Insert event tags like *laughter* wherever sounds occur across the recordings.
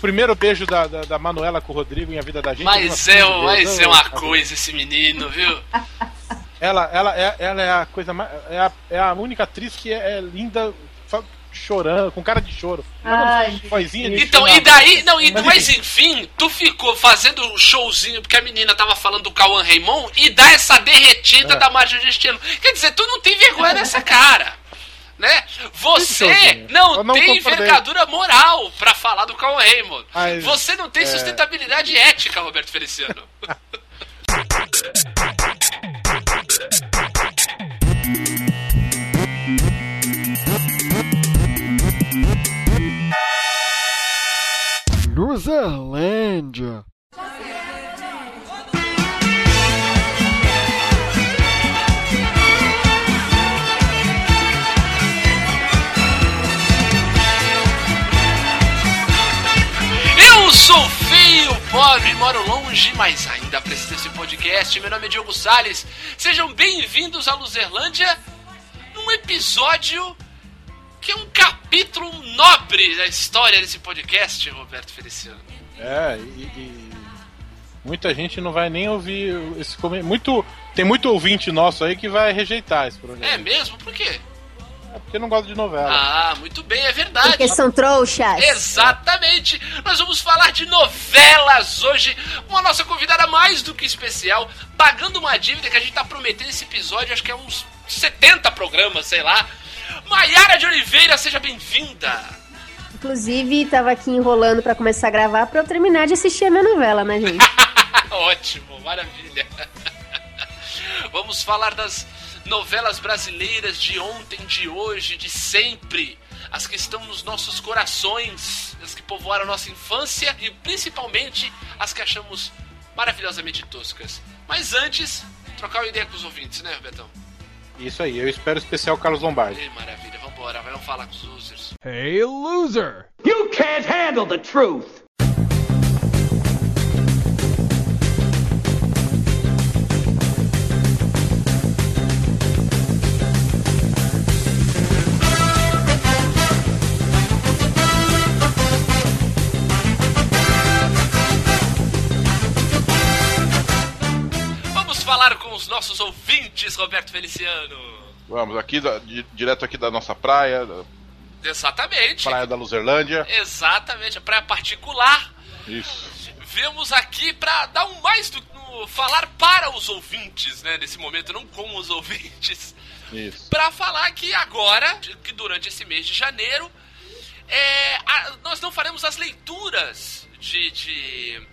primeiro beijo da, da, da Manuela com o Rodrigo em A Vida da Gente. Mas é, um, mas é uma coisa esse menino, *laughs* viu? Ela, ela, é, ela é a coisa mais. É a, é a única atriz que é, é linda, só chorando, com cara de choro. Ai, Vozinha de Então, chorar. e daí, não, e, Mas mas enfim, tu ficou fazendo um showzinho porque a menina tava falando do Cauã Raymond e dá essa derretida É. da margem do destino. Quer dizer, tu não tem vergonha nessa cara. Né? Você showzinho. não, Eu não tem concordei. envergadura moral pra falar do Cauã Raymond. Mas, Você não tem é. sustentabilidade ética, Roberto Feliciano. Luzerlândia. Eu sou feio, pobre, moro longe, mas ainda apresento esse podcast. Meu nome é Diogo Salles. Sejam bem-vindos à Luzerlândia, num episódio que é um capítulo nobre da história desse podcast, Roberto Feliciano. É, e, e muita gente não vai nem ouvir esse comentário. Muito, tem muito ouvinte nosso aí que vai rejeitar esse programa. É mesmo? Por quê? É porque não gosta de novela. Ah, muito bem, é verdade. Porque são trouxas. Exatamente! Nós vamos falar de novelas hoje, com a nossa convidada mais do que especial, pagando uma dívida que a gente tá prometendo esse episódio, acho que é uns 70 programas, sei lá. Maiara de Oliveira, seja bem-vinda! Inclusive, tava aqui enrolando pra começar a gravar pra eu terminar de assistir a minha novela, né, *laughs* gente? Ótimo, maravilha! Vamos falar das novelas brasileiras de ontem, de hoje, de sempre. As que estão nos nossos corações, as que povoaram nossa infância e principalmente as que achamos maravilhosamente toscas. Mas antes, trocar uma ideia com os ouvintes, né, Betão? Isso aí, eu espero o especial Carlos Lombardi. Ei, maravilha, vambora, vamos falar com os users. Hey, loser! You can't handle the truth. Vamos falar com os nossos ouvintes, Roberto Feliciano. Vamos, aqui da- di- direto aqui da nossa praia, da Exatamente. praia da Luzerlândia. Exatamente, a praia particular. Isso. Vemos aqui pra dar um mais do no- falar para os ouvintes, né, nesse momento, não com os *laughs* ouvintes, Isso. Pra falar que agora, que durante esse mês de janeiro, é, a- nós não faremos as leituras de, de,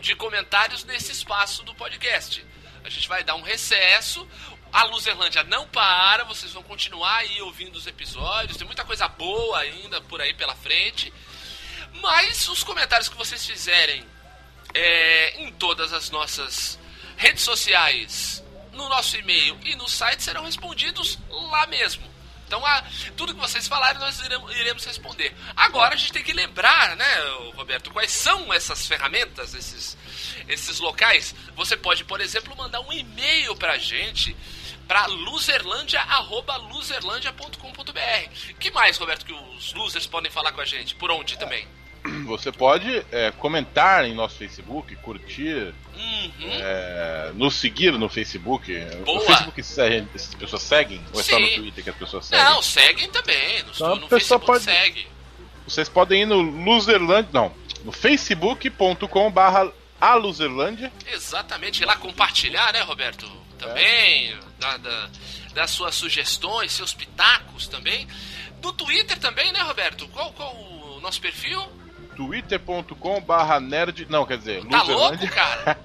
de comentários nesse espaço do podcast. A gente vai dar um recesso. A Luzerlândia não para, vocês vão continuar aí ouvindo os episódios. Tem muita coisa boa ainda por aí pela frente. Mas os comentários que vocês fizerem é, em todas as nossas redes sociais, no nosso e-mail e no site serão respondidos lá mesmo. Então, a- tudo que vocês falarem, nós iremo- iremos responder. Agora, a gente tem que lembrar, né, ô, Roberto, quais são essas ferramentas, esses, esses locais. Você pode, por exemplo, mandar um e-mail pra gente, pra luzerlandia.luzerlandia.com.br. que mais, Roberto, que os losers podem falar com a gente? Por onde também? Você pode é, comentar em nosso Facebook, curtir, Uhum. é, nos seguir no Facebook. O Boa. Facebook se- as pessoas seguem? Ou é só no Sim. Twitter que as pessoas seguem? Não, seguem também. No, Então, a no pessoa Facebook pode- segue. Vocês podem ir no Luzerland, não, no facebook.com barra a Luzerlândia. Exatamente, ir lá compartilhar, né, Roberto? Também, da, da- das suas sugestões, seus pitacos também. No Twitter também, né, Roberto? Qual, qual o nosso perfil? twitter.com barra nerd, não, quer dizer, Tá Luzerlândia, louco, cara?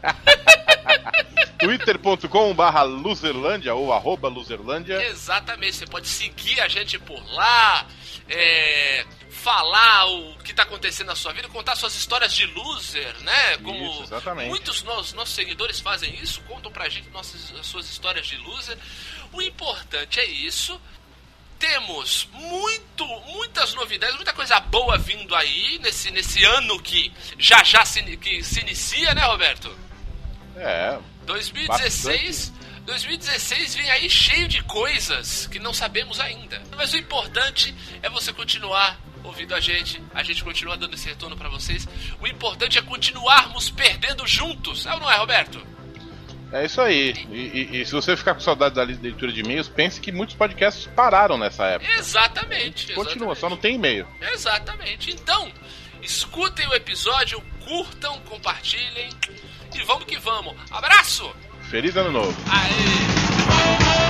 twitter.com barra Luzerlândia ou arroba Luzerlândia. Exatamente, você pode seguir a gente por lá, é, falar o que tá acontecendo na sua vida, contar suas histórias de loser, né? Como Isso, exatamente. muitos nos, nossos seguidores fazem isso, contam pra gente nossas, as suas histórias de loser. O importante é isso. Temos muito, muitas novidades, muita coisa boa vindo aí nesse, nesse ano que já já se, ini- que se inicia, né, Roberto? É, 2016, 2016 vem aí cheio de coisas que não sabemos ainda. Mas o importante é você continuar ouvindo a gente. A gente continua dando esse retorno pra vocês. O importante é continuarmos perdendo juntos. É ou não é, Roberto? É isso aí. E, e- e se você ficar com saudade da lista de leitura de e-mails, pense que muitos podcasts pararam nessa época. É, Exatamente. Continua, exatamente. só não tá- tem e-mail. Exatamente. Então, escutem o episódio, curtam, compartilhem. E vamos que vamos. Abraço! Feliz ano novo. Aê!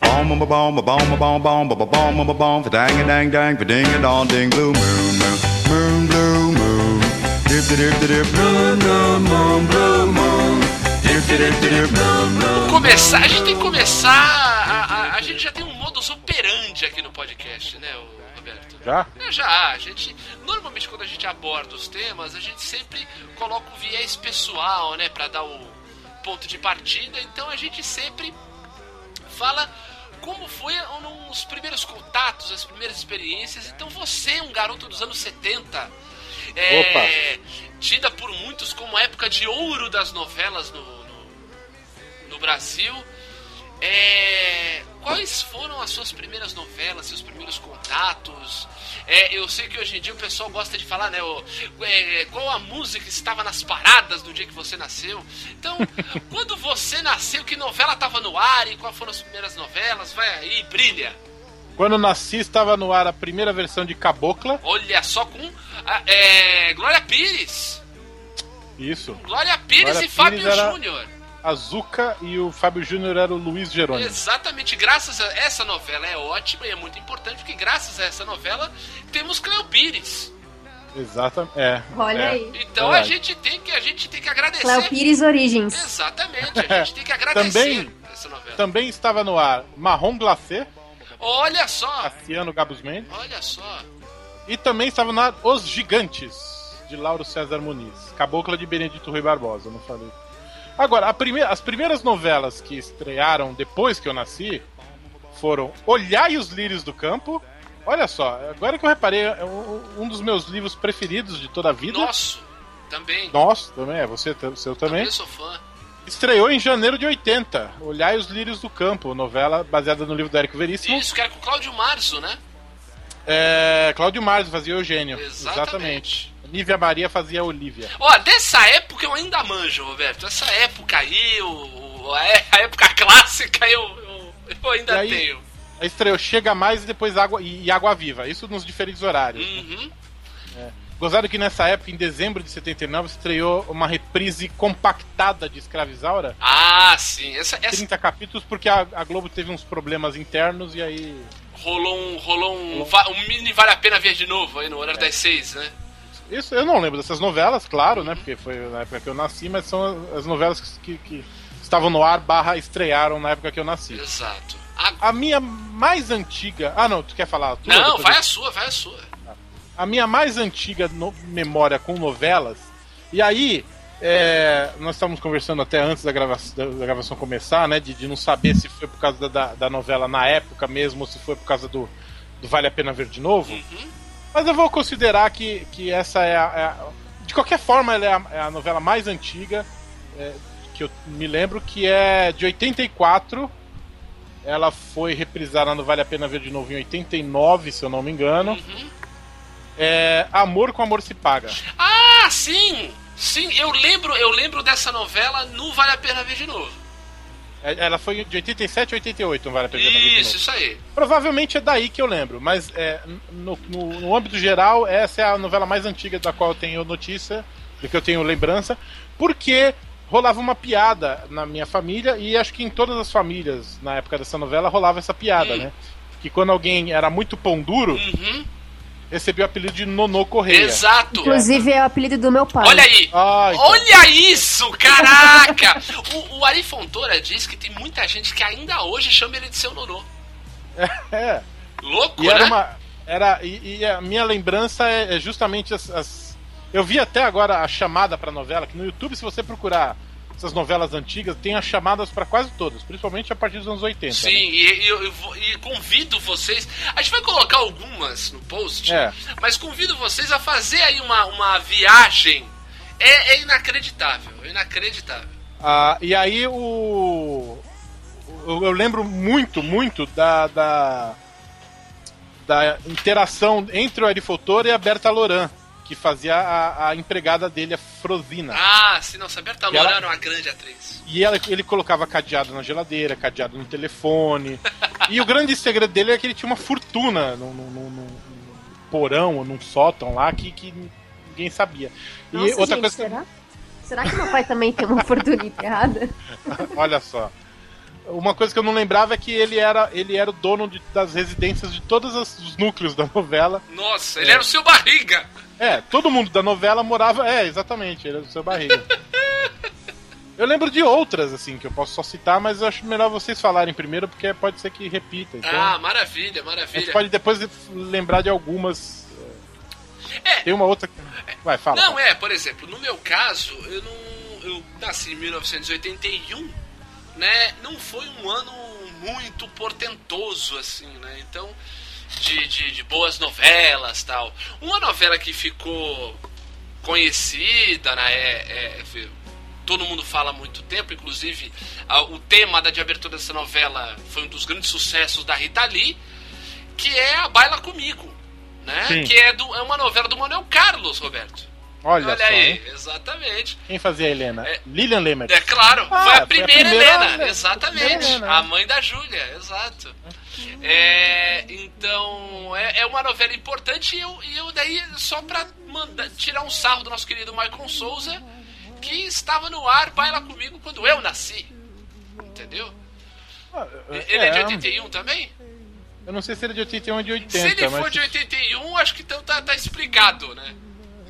Bom, bom, bom, bom, bom, bom, bom, bom, bom, bom, bom, bom, bom, dang, dang, dang, ding, a dong, ding, blue moon, moon, moon, blue moon, dip, dip, dip, dip, moon, moon, moon, blue moon, dip, dip, dip, dip, moon, moon. Começar, a gente tem que começar. A, a- a gente já tem um modus operandi aqui no podcast, né, ô, Roberto? Já? É, já, a gente. Normalmente quando a gente aborda os temas, a gente sempre coloca um viés pessoal, né? Pra dar o ponto de partida. Então a gente sempre fala como foi um- os primeiros contatos, as primeiras experiências. Então você, um garoto dos anos 70, é, tida por muitos como a época de ouro das novelas no, no- no Brasil. É, quais foram as suas primeiras novelas, seus primeiros contatos? É, eu sei que hoje em dia o pessoal gosta de falar, né? o- é, qual a música que estava nas paradas do dia que você nasceu? *laughs* Então, quando você nasceu, que novela estava no ar e quais foram as primeiras novelas? Vai aí, brilha! Quando nasci, estava no ar a primeira versão de Cabocla. Olha só com a- é, Glória Pires! Isso. Glória Pires Glória e Fábio Pires era- Júnior! A Zuca e o Fábio Júnior era o Luiz Jerônimo. Exatamente, graças a essa novela é ótima e é muito importante, porque graças a essa novela temos Cleo Pires. Exatamente. É. Olha é. aí. Então Verdade. a gente tem que a gente tem que agradecer. Cléo Pires Origins. Exatamente, a gente *laughs* tem que agradecer Também- essa novela. Também estava no ar Marrom Glacé, Olha só, Cassiano Gabus Mendes. olha só. E também estava no ar Os Gigantes, de Lauro César Muniz. Cabocla de Benedito Rui Barbosa, eu não falei. Agora, a primeira- as primeiras novelas que estrearam depois que eu nasci foram Olhai os Lírios do Campo. Olha só, agora que eu reparei, é um- um dos meus livros preferidos de toda a vida. Nosso também. Nosso também, é você, tam- seu também. Também sou fã. Estreou em janeiro de 80, Olhai os Lírios do Campo, novela baseada no livro do Érico Veríssimo. Isso, que era com o Cláudio Março, né? É, Cláudio Mares fazia Eugênio. Exatamente. Nívia Maria fazia Olivia. Ó, dessa época eu ainda manjo, Roberto. Essa época aí, o, o- a é- a época *laughs* clássica eu, eu, eu ainda E aí- tenho. Aí estreou Chega Mais e depois Água e, e Água Viva. Isso nos diferentes horários. Uhum. Gozado que nessa época, em dezembro de 79, estreou uma reprise compactada de Escravizaura. Ah, sim. Essa, essa 30 capítulos, porque a, a Globo teve uns problemas internos e aí. rolou um, rolou um, va- um mini Vale a Pena Ver de novo aí no horário É. das seis, né? Isso eu não lembro dessas novelas, claro, né? Porque foi na época que eu nasci, mas são as novelas que, que estavam no ar barra estrearam na época que eu nasci. Exato. A- A minha mais antiga. Ah, não, tu quer falar? a tua? Não, Depois vai eu- a sua, vai a sua. a minha mais antiga no- memória com novelas. E aí, é, nós estávamos conversando até antes da, grava- da- da gravação começar, né? De, de não saber se foi por causa da, da- da novela na época mesmo, ou se foi por causa do, do Vale a Pena Ver de Novo. Mas eu vou considerar que, que essa é a, é a- De qualquer forma, ela é a, é a novela mais antiga é, que eu me lembro, que é de 84. Ela foi reprisada no Vale a Pena Ver de Novo em 89, se eu não me engano. É Amor com Amor se Paga. Ah, sim! Sim, eu lembro, eu lembro dessa novela no Vale a Pena Ver de novo. É, Ela foi de 87 a 88, não vale a pena ver de Isso, novo. isso aí. Provavelmente é daí que eu lembro, mas é, no, no- no âmbito geral, essa é a novela mais antiga da qual eu tenho notícia, do que eu tenho lembrança, porque rolava uma piada na minha família, e acho que em todas as famílias na época dessa novela rolava essa piada, Hum. né? Que quando alguém era muito pão duro, Uhum. recebia o apelido de Nonô Correia. Exato. Inclusive é o apelido do meu pai. Olha aí. Ah, então. Olha isso, caraca! o, o Ari Fontoura diz que tem muita gente que ainda hoje chama ele de seu nonô. É. Louco, E era né? uma. Era, e, e a minha lembrança é, é justamente as, as- Eu vi até agora a chamada pra novela, que no YouTube, se você procurar essas novelas antigas, tem as chamadas pra quase todas, principalmente a partir dos anos 80. Sim, né? e, e eu- eu vou- e convido vocês. A gente vai colocar algumas no post, É. mas convido vocês a fazer aí uma, uma viagem. É, é inacreditável, é inacreditável. Ah, e aí o. Eu, eu lembro muito, muito da. da da interação entre o Arifotor e a Berta Loran, que fazia a, a empregada dele, a Frosina. Ah, se não saber, tá E ela- Lorana é uma grande atriz. E ela- ele colocava cadeado na geladeira, cadeado no telefone. e o grande segredo dele é que ele tinha uma fortuna num, num- num- num- num porão ou num sótão lá que, que ninguém sabia. E Nossa, outra gente, coisa que- será? Será que meu pai também tem uma *laughs* fortuna enterrada? Olha só. Uma coisa que eu não lembrava é que ele era, ele era o dono de- das residências de todos as- os núcleos da novela. Nossa, ele era o seu barriga. É, todo mundo da novela morava. É, exatamente, ele era do seu barriga. Eu lembro de outras, assim, que eu posso só citar, mas eu acho melhor vocês falarem primeiro, porque pode ser que repita. Então, Ah, maravilha, a gente maravilha. É, pode depois lembrar de algumas. É. Tem uma outra. que- Vai, fala. Não, é, por exemplo, no meu caso, eu não. Eu nasci em 1981, né? Não foi um ano muito portentoso, assim, né? Então, de, de, de boas novelas tal. Uma novela que ficou conhecida, né? é- é- fe- todo mundo fala há muito tempo, inclusive a- o tema da de abertura dessa novela foi um dos grandes sucessos da Rita Lee, que é a Baila Comigo, né? Sim. Que é, do, é uma novela do Manuel Carlos, Roberto. Olha, Olha só. aí, hein? exatamente. Quem fazia a Helena? É. Lilian Lemmer. É claro, Ah, foi foi a a primeira, primeira Helena, Helena, a exatamente. primeira Helena. A mãe da Júlia, exato. É, então, é, é uma novela importante e eu, e eu daí, só pra mandar, tirar um sarro do nosso querido Michael Souza, que estava no ar, baila comigo quando eu nasci. Entendeu? Ele é, de 81 também? Ah, Eu não sei se ele é de 81 ou de 80. Se ele mas... for de 81, acho que então tá, tá explicado, né?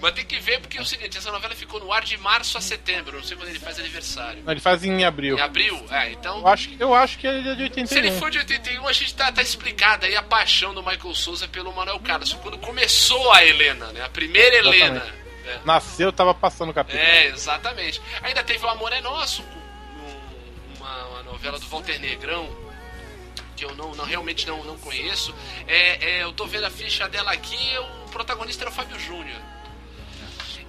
Mas tem que ver, porque é o seguinte, essa novela ficou no ar de março a setembro, não sei quando ele faz aniversário. Não, ele faz em abril. Em abril? É, então. Eu acho, que- eu acho que ele é de 81. Se ele for de 81, a gente tá, tá explicada aí a paixão do Michael Souza pelo Manuel Carlos. Quando começou a Helena, né? A primeira Helena. né? Nasceu, tava passando o capítulo. É, exatamente. Ainda teve O Amor é Nosso, um- uma, uma novela do Walter Negrão, que eu não, não- realmente não, não conheço. É, é, eu tô vendo a ficha dela aqui, o protagonista era o Fábio Júnior.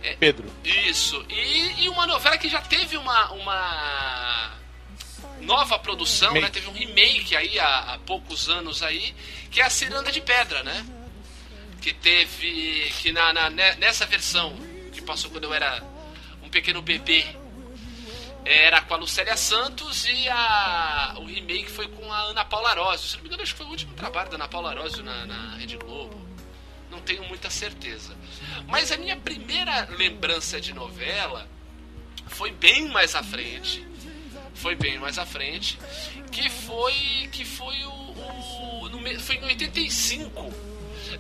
É. Pedro. Isso. E, e uma novela que já teve uma, uma nova produção, né? Remake. Teve um remake aí há, há poucos anos aí, que é a Ciranda de Pedra, né? Que teve. Que na, na- ne- nessa versão que passou quando eu era um pequeno bebê. Era com a Lucélia Santos e a, o remake foi com a Ana Paula Arósio. Se não me engano, acho que foi o último trabalho da Ana Paula Arósio na, na Rede Globo. Não tenho muita certeza. Mas a minha primeira lembrança de novela foi bem mais à frente. Foi bem mais à frente. Que foi. Que foi o. o- no me- foi em 85.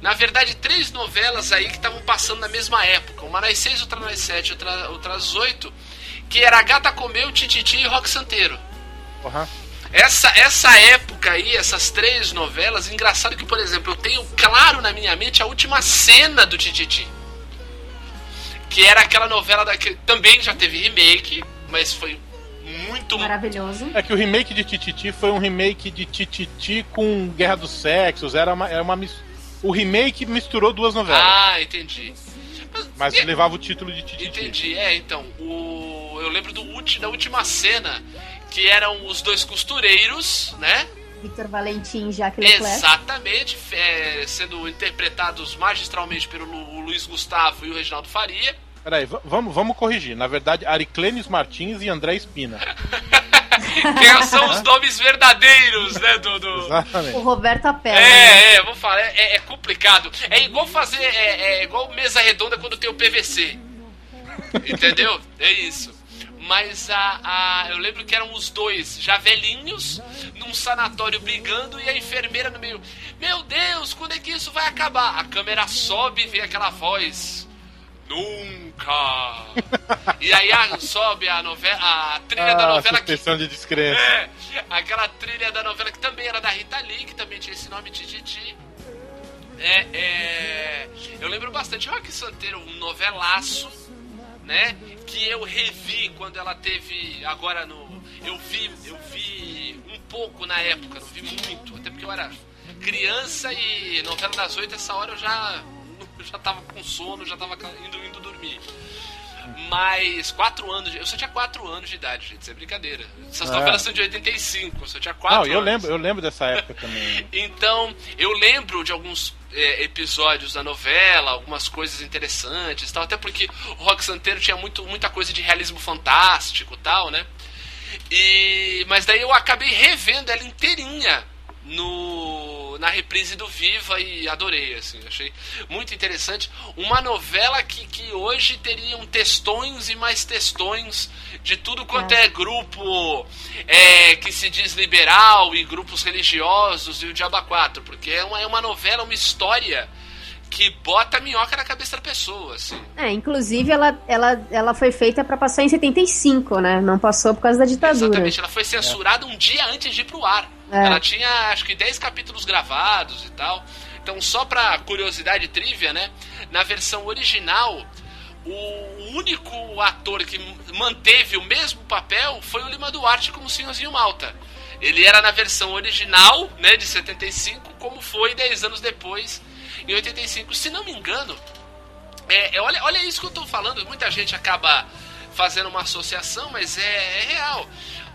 Na verdade, três novelas aí que estavam passando na mesma época. Uma nas seis, outra nas sete, outra, outra às oito. Que era a Gata Comeu, Tititi e Rock Santeiro. Aham. Essa, essa época aí, essas três novelas, engraçado que, por exemplo, eu tenho claro na minha mente a última cena do Tititi. Que era aquela novela da, que também já teve remake, mas foi muito. Maravilhoso. É que o remake de Tititi foi um remake de Tititi com Guerra dos Sexos. Era uma, era uma mis... O remake misturou duas novelas, Ah, entendi. Mas, mas e- levava o título de Tititi. Entendi, é, então. O, eu lembro do ulti, da última cena, que eram os dois costureiros, né? Victor Valentim e Jacques Leclerc. Exatamente, é, sendo interpretados magistralmente pelo Lu- o Luiz Gustavo e o Reginaldo Faria. Peraí, va- vamos, vamos corrigir. Na verdade, Ariclenes Martins e André Espina. Que é, são os nomes verdadeiros, né, do. do- O Exatamente. Roberto Apela. né? É, é, vou falar, é, é complicado. É igual fazer. É, é igual mesa redonda quando tem o PVC. Entendeu? É isso. Mas a, a- eu lembro que eram os dois já velhinhos num sanatório brigando e a enfermeira no meio. Meu Deus, quando é que isso vai acabar? A câmera sobe e vem aquela voz. Nunca! E aí a- sobe a novela, a trilha da Ah, novela que suspensão de descrença. é, aquela trilha da novela que também era da Rita Lee, que também tinha esse nome Tititi. É, é, eu lembro bastante Rock Santeiro, um novelaço né? Que eu revi quando ela teve agora no eu vi, eu vi um pouco na época, não vi muito, até porque eu era criança e novela das oito essa hora eu já *laughs* eu já tava com sono, já tava indo indo dormir. Mas quatro anos, de- eu só tinha quatro anos de idade, gente, isso é brincadeira. Essas É. novelas são de 85, eu só tinha quatro Não, Ah, eu anos. lembro, eu lembro dessa época *laughs* também. Então, eu lembro de alguns é, episódios da novela, algumas coisas interessantes e tal, até porque o Rock Santeiro tinha muito, muita coisa de realismo fantástico e tal, né? E, mas daí eu acabei revendo ela inteirinha no, na reprise do Viva e adorei, assim, achei muito interessante. Uma novela que, que hoje teriam textões e mais textões de tudo quanto é grupo é, que se diz liberal e grupos religiosos e o Diaba 4, porque é uma, é uma novela, uma história que bota a minhoca na cabeça da pessoa, assim. É, inclusive ela, ela, ela foi feita pra passar em 75, né? Não passou por causa da ditadura. Exatamente, ela foi censurada um dia antes de ir pro ar. É. Ela tinha acho que 10 capítulos gravados e tal. Então, só pra curiosidade trivia, né? Na versão original, o único ator que manteve o mesmo papel foi o Lima Duarte como Senhorzinho Malta. Ele era na versão original, né, de 75, como foi 10 anos depois, em 85. Se não me engano, é, é, olha, olha isso que eu tô falando, muita gente acaba fazendo uma associação, mas é, é real.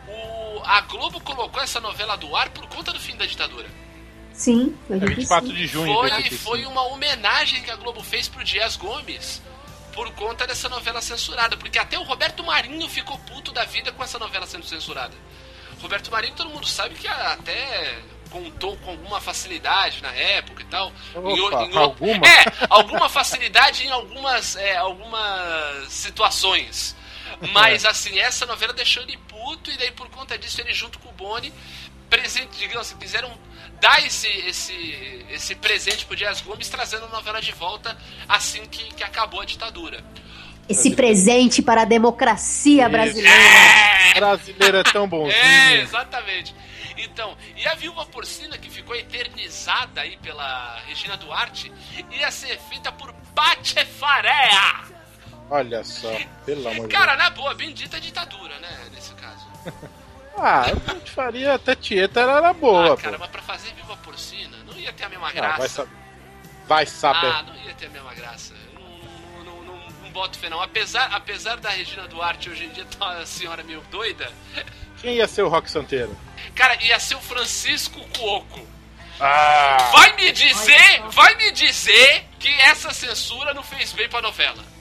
O, a Globo colocou essa novela do ar por conta do fim da ditadura. Sim, eu É digo 24 sim. de junho de Foi, 85. foi uma homenagem que a Globo fez pro Dias Gomes por conta dessa novela censurada, porque até o Roberto Marinho ficou puto da vida com essa novela sendo censurada. Roberto Marinho, todo mundo sabe que até contou com alguma facilidade na época e tal. Opa, Em o- em com o- alguma? É, alguma facilidade em algumas, é, algumas situações. Mas assim, essa novela deixou ele puto, e daí por conta disso ele junto com o Boni, presente, digamos assim, quiseram dar esse, esse, esse presente pro Dias Gomes, trazendo a novela de volta assim que, que acabou a ditadura. Esse presente para a democracia Isso. brasileira. Brasileiro é tão É, bonzinho. exatamente. Então, e a Viúva Porcina, que ficou eternizada aí pela Regina Duarte, ia ser feita por Pache Farea. Olha só, pelo amor de Deus. Cara, na boa, bendita ditadura, né? Nesse caso. Ah, *laughs* eu te faria até Tieta era, era boa, ah, pô. cara, mas pra fazer Viva Porcina, não ia ter a mesma Ah, vai graça. saber. Vai saber. Ah, não ia ter a mesma graça. Eu Não, não, não, não, não boto fé, não. Apesar, apesar da Regina Duarte hoje em dia tá uma senhora meio doida, Quem ia ser o Rock Santeiro? cara, ia ser o Francisco Cuoco. Ah! Vai me dizer, vai me dizer que essa censura não fez bem pra novela.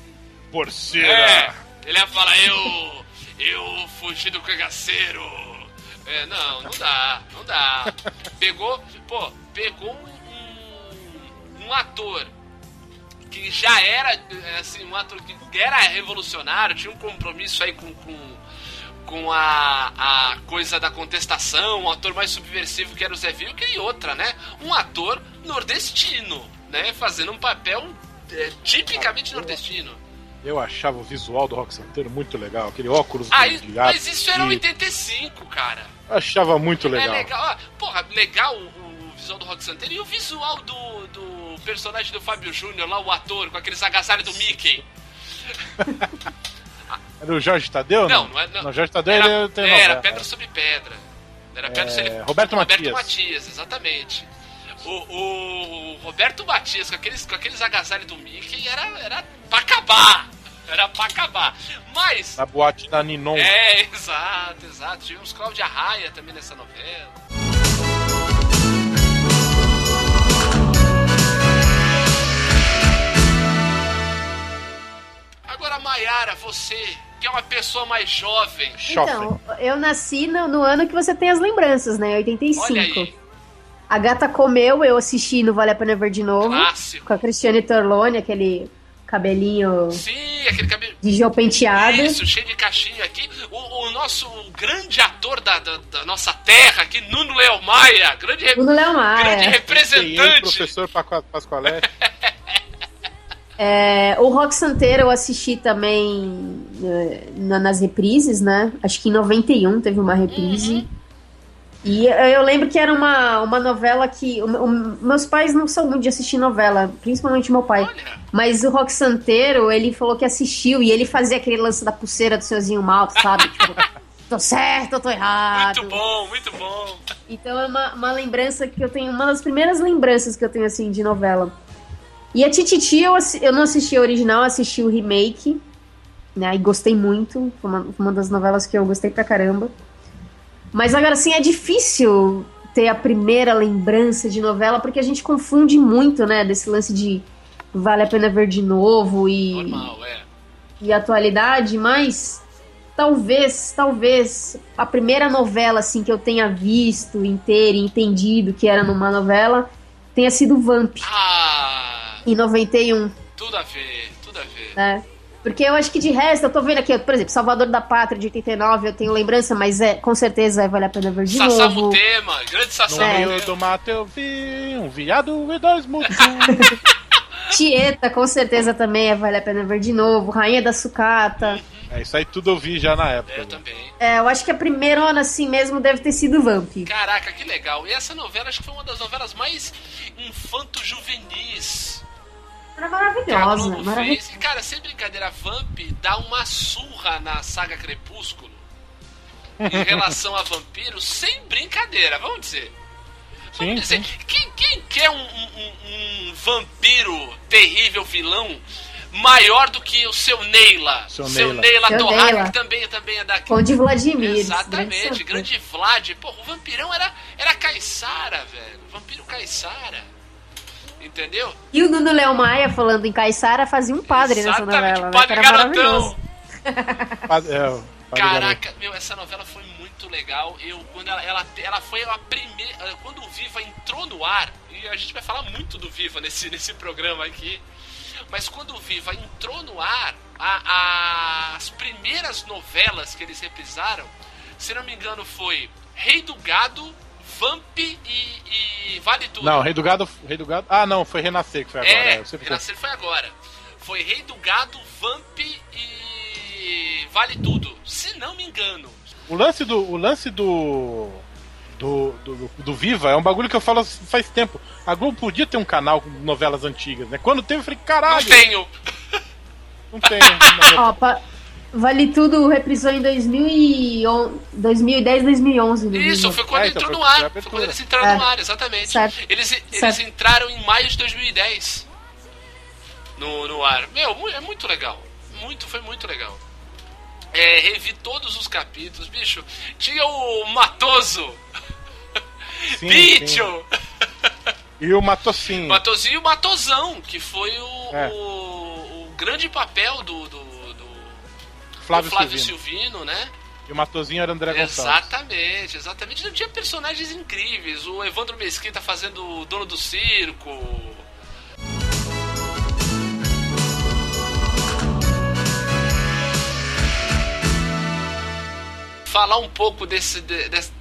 Porcina! um É, ele ia falar, eu. Eu fugi do cagaceiro. É, não, não dá, não dá. Pegou, pô, pegou um, um ator que já era, é, assim, um ator que era revolucionário, tinha um compromisso aí com. com com a, a coisa da contestação, um ator mais subversivo que era o Zé Vilker e outra, né? Um ator nordestino, né? Fazendo um papel é, tipicamente nordestino. Eu achava o visual do Rock Santeiro muito legal, aquele óculos Aí, brilhado, mas Ah, isso era Tá e- 85, cara. Achava muito legal. É legal. ó, Porra, legal o, o visual do Rock Santeiro e o visual do, do personagem do Fábio Júnior, lá o ator, com aqueles agasalhos do Mickey. Era o Jorge Tadeu? Não, não é. Não, o Jorge Tadeu ele tem era novela. pedra sobre pedra. Era pedra É, sobre Roberto Matias. exatamente. O, o- o Roberto Matias, com aqueles, com aqueles agasalhos do Mickey, era, era pra acabar. Era pra acabar. Mas. Na boate da Ninon. É, exato, exato. Tivemos Cláudia Raia também nessa novela. Agora, Maiara, você, que é uma pessoa mais jovem, Shopping. Então, eu nasci no, no ano que você tem as lembranças, né? olha 85. aí, A gata comeu, eu assisti no Vale a Pena Ver de novo. clássico. Com a Cristiane Torlone, aquele cabelinho Sim, aquele cabelo. de gel penteado. Isso, cheio de caixinha aqui. O, o nosso grande ator da, da- da nossa terra aqui, Nuno Léo Maia, grande, re- O do Léo grande Maia. Quem é o representante professor Paco- Pascoaletti? É, o Rock Santeiro eu assisti também um Uhum. é, na- nas reprises, né? Acho que em 91 teve uma reprise. E eu- eu lembro que era uma, uma novela que. o- o- meus pais não são muito de assistir novela, principalmente meu pai. Olha, Mas o Rock Santeiro, ele falou que assistiu e ele fazia aquele lance da pulseira do senhorzinho mal, sabe? tipo, *laughs* tô certo, eu tô errado. muito bom, muito bom. Então é uma, uma lembrança que eu tenho, uma das primeiras lembranças que eu tenho, assim, de novela. E a Tititi, eu, assi- eu não assisti a original, eu assisti o remake, né, e gostei muito, foi uma, foi uma das novelas que eu gostei pra caramba. Mas agora, assim, é difícil ter a primeira lembrança de novela, porque a gente confunde muito, né, desse lance de vale a pena ver de novo e Normal, é. e atualidade, mas talvez, talvez a primeira novela assim que eu tenha visto inteira, e entendido que era numa novela, tenha sido Vamp Ah, em 91, tudo a ver, tudo a ver. né? Porque eu acho que de resto, eu tô vendo aqui, por exemplo, Salvador da Pátria de 89, eu tenho lembrança, mas é, com certeza é, vale a pena ver de Sassá novo. Mutema, grande Sassá No É. meio do mato eu vi um viado e dois mutos. Tieta, com certeza também é, vale a pena ver de novo. Rainha da Sucata. é, isso aí tudo eu vi já na época. Eu né? também. É, eu acho que a primeira ona assim mesmo deve ter sido Vamp. Caraca, que legal. E essa novela acho que foi uma das novelas mais infanto-juvenis Era que a maravilhosa, Globo maravilhosa. fez. E, cara, sem brincadeira, a Vamp dá uma surra na saga Crepúsculo *laughs* em relação a vampiros, sem brincadeira, vamos dizer. Sim, Vamos dizer, sim. quem, quem quer um, um- um vampiro terrível vilão maior do que o seu Neila? Seu seu Neila. Neila Seu Torraca, Neila. que também, também é daqui. Conde Vladimir. Exatamente, grande grande Vlad. Porra, o vampirão era, era Caissara, velho. Vampiro Caissara. Entendeu? E o Nuno Léo Maia falando em Caissara fazia um padre nessa Exatamente, novela, né? Que Padre era Garotão. maravilhoso. Pa- é, o Padre Garoto. Caraca, meu, essa novela foi muito legal. Eu, quando ela, ela, ela foi a primeira. eh, Quando o Viva entrou no ar, e a gente vai falar muito do Viva nesse, *laughs* nesse programa aqui. Mas quando o Viva entrou no ar, a- a- as primeiras novelas que eles reprisaram, se não me engano, foi Rei do Gado, Vamp e, e Vale Tudo. Não, Rei do Gado. Rei do Gado. Ah, não, foi Renascer que foi agora. É, é, eu sempre confundo. Renascer foi agora. Foi Rei do Gado, Vamp e Vale Tudo. Se não me engano. O lance do. O lance do. Do, do, do- do Viva é um bagulho que eu falo faz tempo. A Globo podia ter um canal com novelas antigas, né? Quando teve, eu falei, Não caralho, tenho. não tem. né? Ó, pa- Vale Tudo reprisou em 2011, 2010, 2011. no Isso, mínimo. foi quando É, então, entrou foi- foi no a ar. Foi abertura. quando eles entraram É. no ar, exatamente. Certo. Eles, eles Certo. entraram em maio de 2010 no, no ar. Meu, mu- é muito legal. Muito, foi muito legal. É, revi todos os capítulos, bicho. Tinha o Matoso. Sim, sim. bicho! E o Matocinho. Matosinho e *laughs* o Matosão, que foi o, É. o, o grande papel do, do, do- do Flávio, Flávio Silvino. É Silvino, né? E o Matozinho era André Gonçalves. Exatamente, exatamente. Não tinha personagens incríveis. O Evandro Mesquita fazendo o dono do circo. Falar um pouco desse, de- des-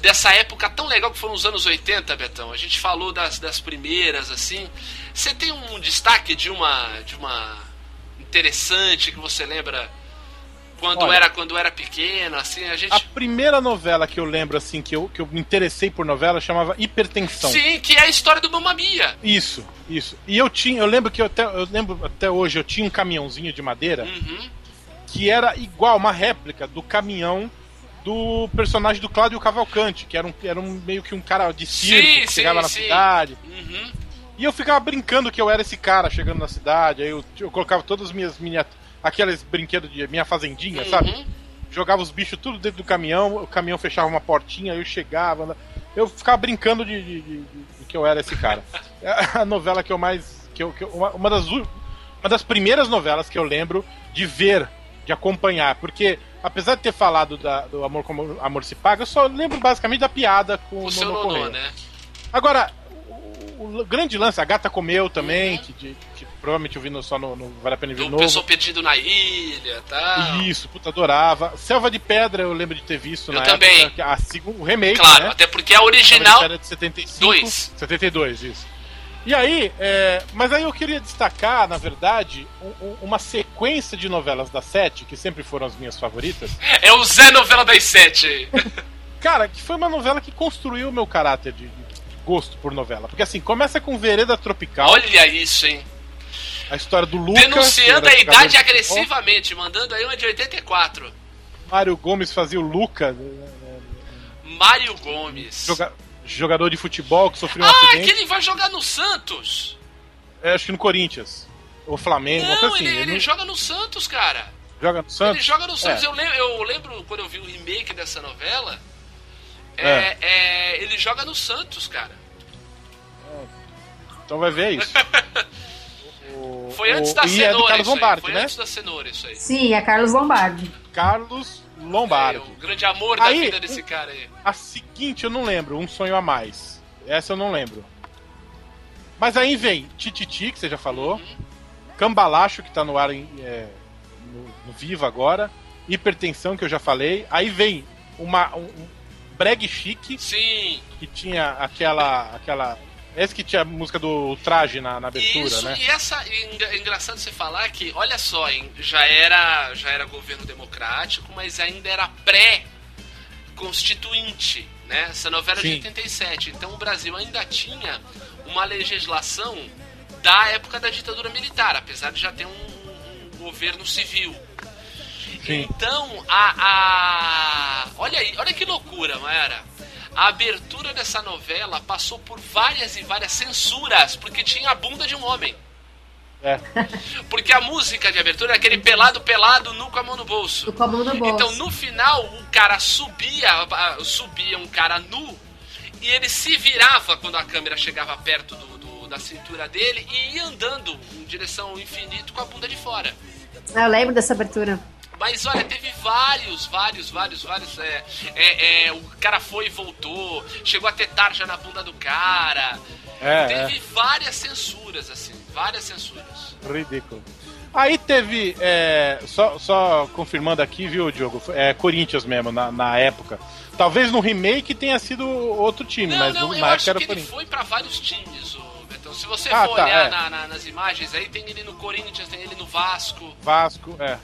dessa época tão legal que foram os anos 80, Betão. A gente falou das, das primeiras, assim. Você tem um destaque de uma, de uma interessante que você lembra quando Olha. era quando era pequeno, assim, a gente. A primeira novela que eu lembro, assim, que eu, que eu me interessei por novela chamava Hipertensão. Sim, que é a história do Mamma Mia. Isso, isso. E eu tinha, eu lembro que eu até, eu lembro até hoje, eu tinha um caminhãozinho de madeira Uhum. que era igual, uma réplica do caminhão do personagem do Cláudio Cavalcante, que era um, era um meio que um cara de circo Sim, que sim, chegava na sim. cidade. Uhum. E eu ficava brincando que eu era esse cara chegando na cidade, aí eu, eu colocava todas as minhas miniaturas. Aqueles brinquedos de minha fazendinha, sabe? Uhum. Jogava os bichos tudo dentro do caminhão, o caminhão fechava uma portinha, eu chegava. né? Eu ficava brincando de, de- de- de que eu era esse *laughs* cara. É a novela que eu mais. Que eu, que eu- uma, uma das, u- uma das primeiras novelas que eu lembro de ver, de acompanhar. Porque, apesar de ter falado da- do Amor como Amor Se Paga, eu só lembro basicamente da piada com O seu Nonô nonô, Correia. né? Agora, o, o grande lance, a gata comeu também, que, de- que provavelmente eu vi no- só no, no Vale a Pena Ver Do Novo. pessoal perdido na ilha e tal. Isso, puta, adorava. Selva de Pedra eu lembro de ter visto Eu na também. época. que A, segun- o remake, Claro, né? até porque a Selva de original. Pedra de 75. dois. 72, isso. E aí, é, mas aí eu queria destacar, na verdade, um- um- uma sequência de novelas da Sete, que sempre foram as minhas favoritas, É o Zé Novela das Sete. Cara, que foi uma novela que construiu o meu caráter de de gosto por novela. Porque assim, começa com Vereda Tropical, Olha isso, hein? a história do Lucas. Denunciando que a era jogador de idade futebol. agressivamente, mandando aí uma de 84. Mário Gomes fazia o Lucas, né, Mário Gomes. joga- jogador de futebol que sofreu um Ah, acidente. que ele vai jogar no Santos. É, acho que no Corinthians. Ou Flamengo, uma Não, coisa assim. ele, Ele, ele joga no Santos, cara. joga no Santos. Ele joga no Santos. É. Eu, lembro, eu lembro quando eu vi o remake dessa novela. É. É, é, ele joga no Santos, cara. Então vai ver *laughs* isso. O- Foi o- antes da e é do cenoura Carlos isso aí. Lombardi, Foi né? antes da cenoura isso aí. Sim, é Carlos Lombardi. Carlos É, o Lombardi. grande amor Aí- da vida desse cara aí. A seguinte eu não lembro, Um Sonho a Mais. Essa eu não lembro. Mas aí vem Tititi, que você já falou. Uhum. Cambalacho, que tá no ar em, é, no, no Viva agora. Hipertensão, que eu já falei. Aí vem uma, um, um breg chique, Sim. que tinha aquela. aquela é esse que tinha a música do traje na, na abertura, Isso, né? e essa. e enga- É engraçado você falar que, olha só, hein, já era, já era governo democrático, mas ainda era pré-constituinte, né? Essa novela é de Sim. 87. Então o Brasil ainda tinha uma legislação da época da ditadura militar, apesar de já ter um- um- um governo civil. Sim. Então, a, a- Olha aí, olha que loucura, Mayara. A abertura dessa novela passou por várias e várias censuras, porque tinha a bunda de um homem. É. Porque a música de abertura é aquele pelado, pelado, nu com a mão no bolso. Do comum do bolso. Então no final o cara subia, ah, subia um cara nu e ele se virava quando a câmera chegava perto do- do- da cintura dele e ia andando em direção ao infinito com a bunda de fora. Ah, Eu lembro dessa abertura. Mas olha, teve vários, vários, vários, vários. É, é, é, o cara foi e voltou, chegou a ter tarja na bunda do cara. É, é. teve várias censuras, assim, várias censuras. Ridículo. Aí teve, é, só, só confirmando aqui, viu, Diogo? É Corinthians mesmo, na, na época. Talvez no remake tenha sido outro time, Não, mas não, no, eu na acho época que era ele o Corinthians. foi pra vários times, ô Betão. Se você Ah, for tá, olhar é. na- na- nas imagens aí, tem ele no Corinthians, tem ele no Vasco. Vasco, é.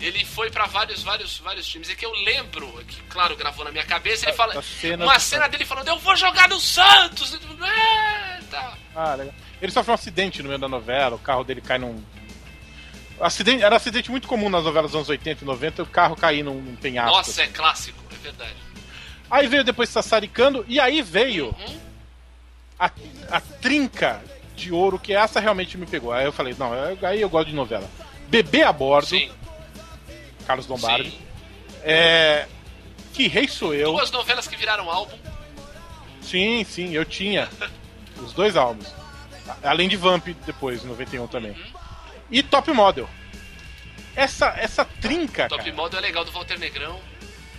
Ele foi pra vários, vários, vários times. É que eu lembro, que claro, gravou na minha cabeça, ele fala. a cena uma do- cena dele falando, eu vou jogar no Santos! É, tá. Ah, legal. Ele sofreu um acidente no meio da novela, o carro dele cai num. Acidente, era um acidente muito comum nas novelas dos anos 80 e 90, o carro cair num, num penhasco. Nossa, é clássico, é verdade. Aí veio depois Sassaricando, e aí veio Uhum. a, a trinca de ouro, que essa realmente me pegou. Aí eu falei, não, eu- aí eu gosto de novela. Bebê a bordo, Sim, Carlos Lombardi. sim. É. Que Rei Sou Eu. Duas novelas que viraram álbum. Sim, sim, eu tinha. Os dois álbuns. A- Além de Vamp depois, em 91 também. Uhum. E Top Model. Essa, essa trinca, Top cara. Model é legal do Walter Negrão.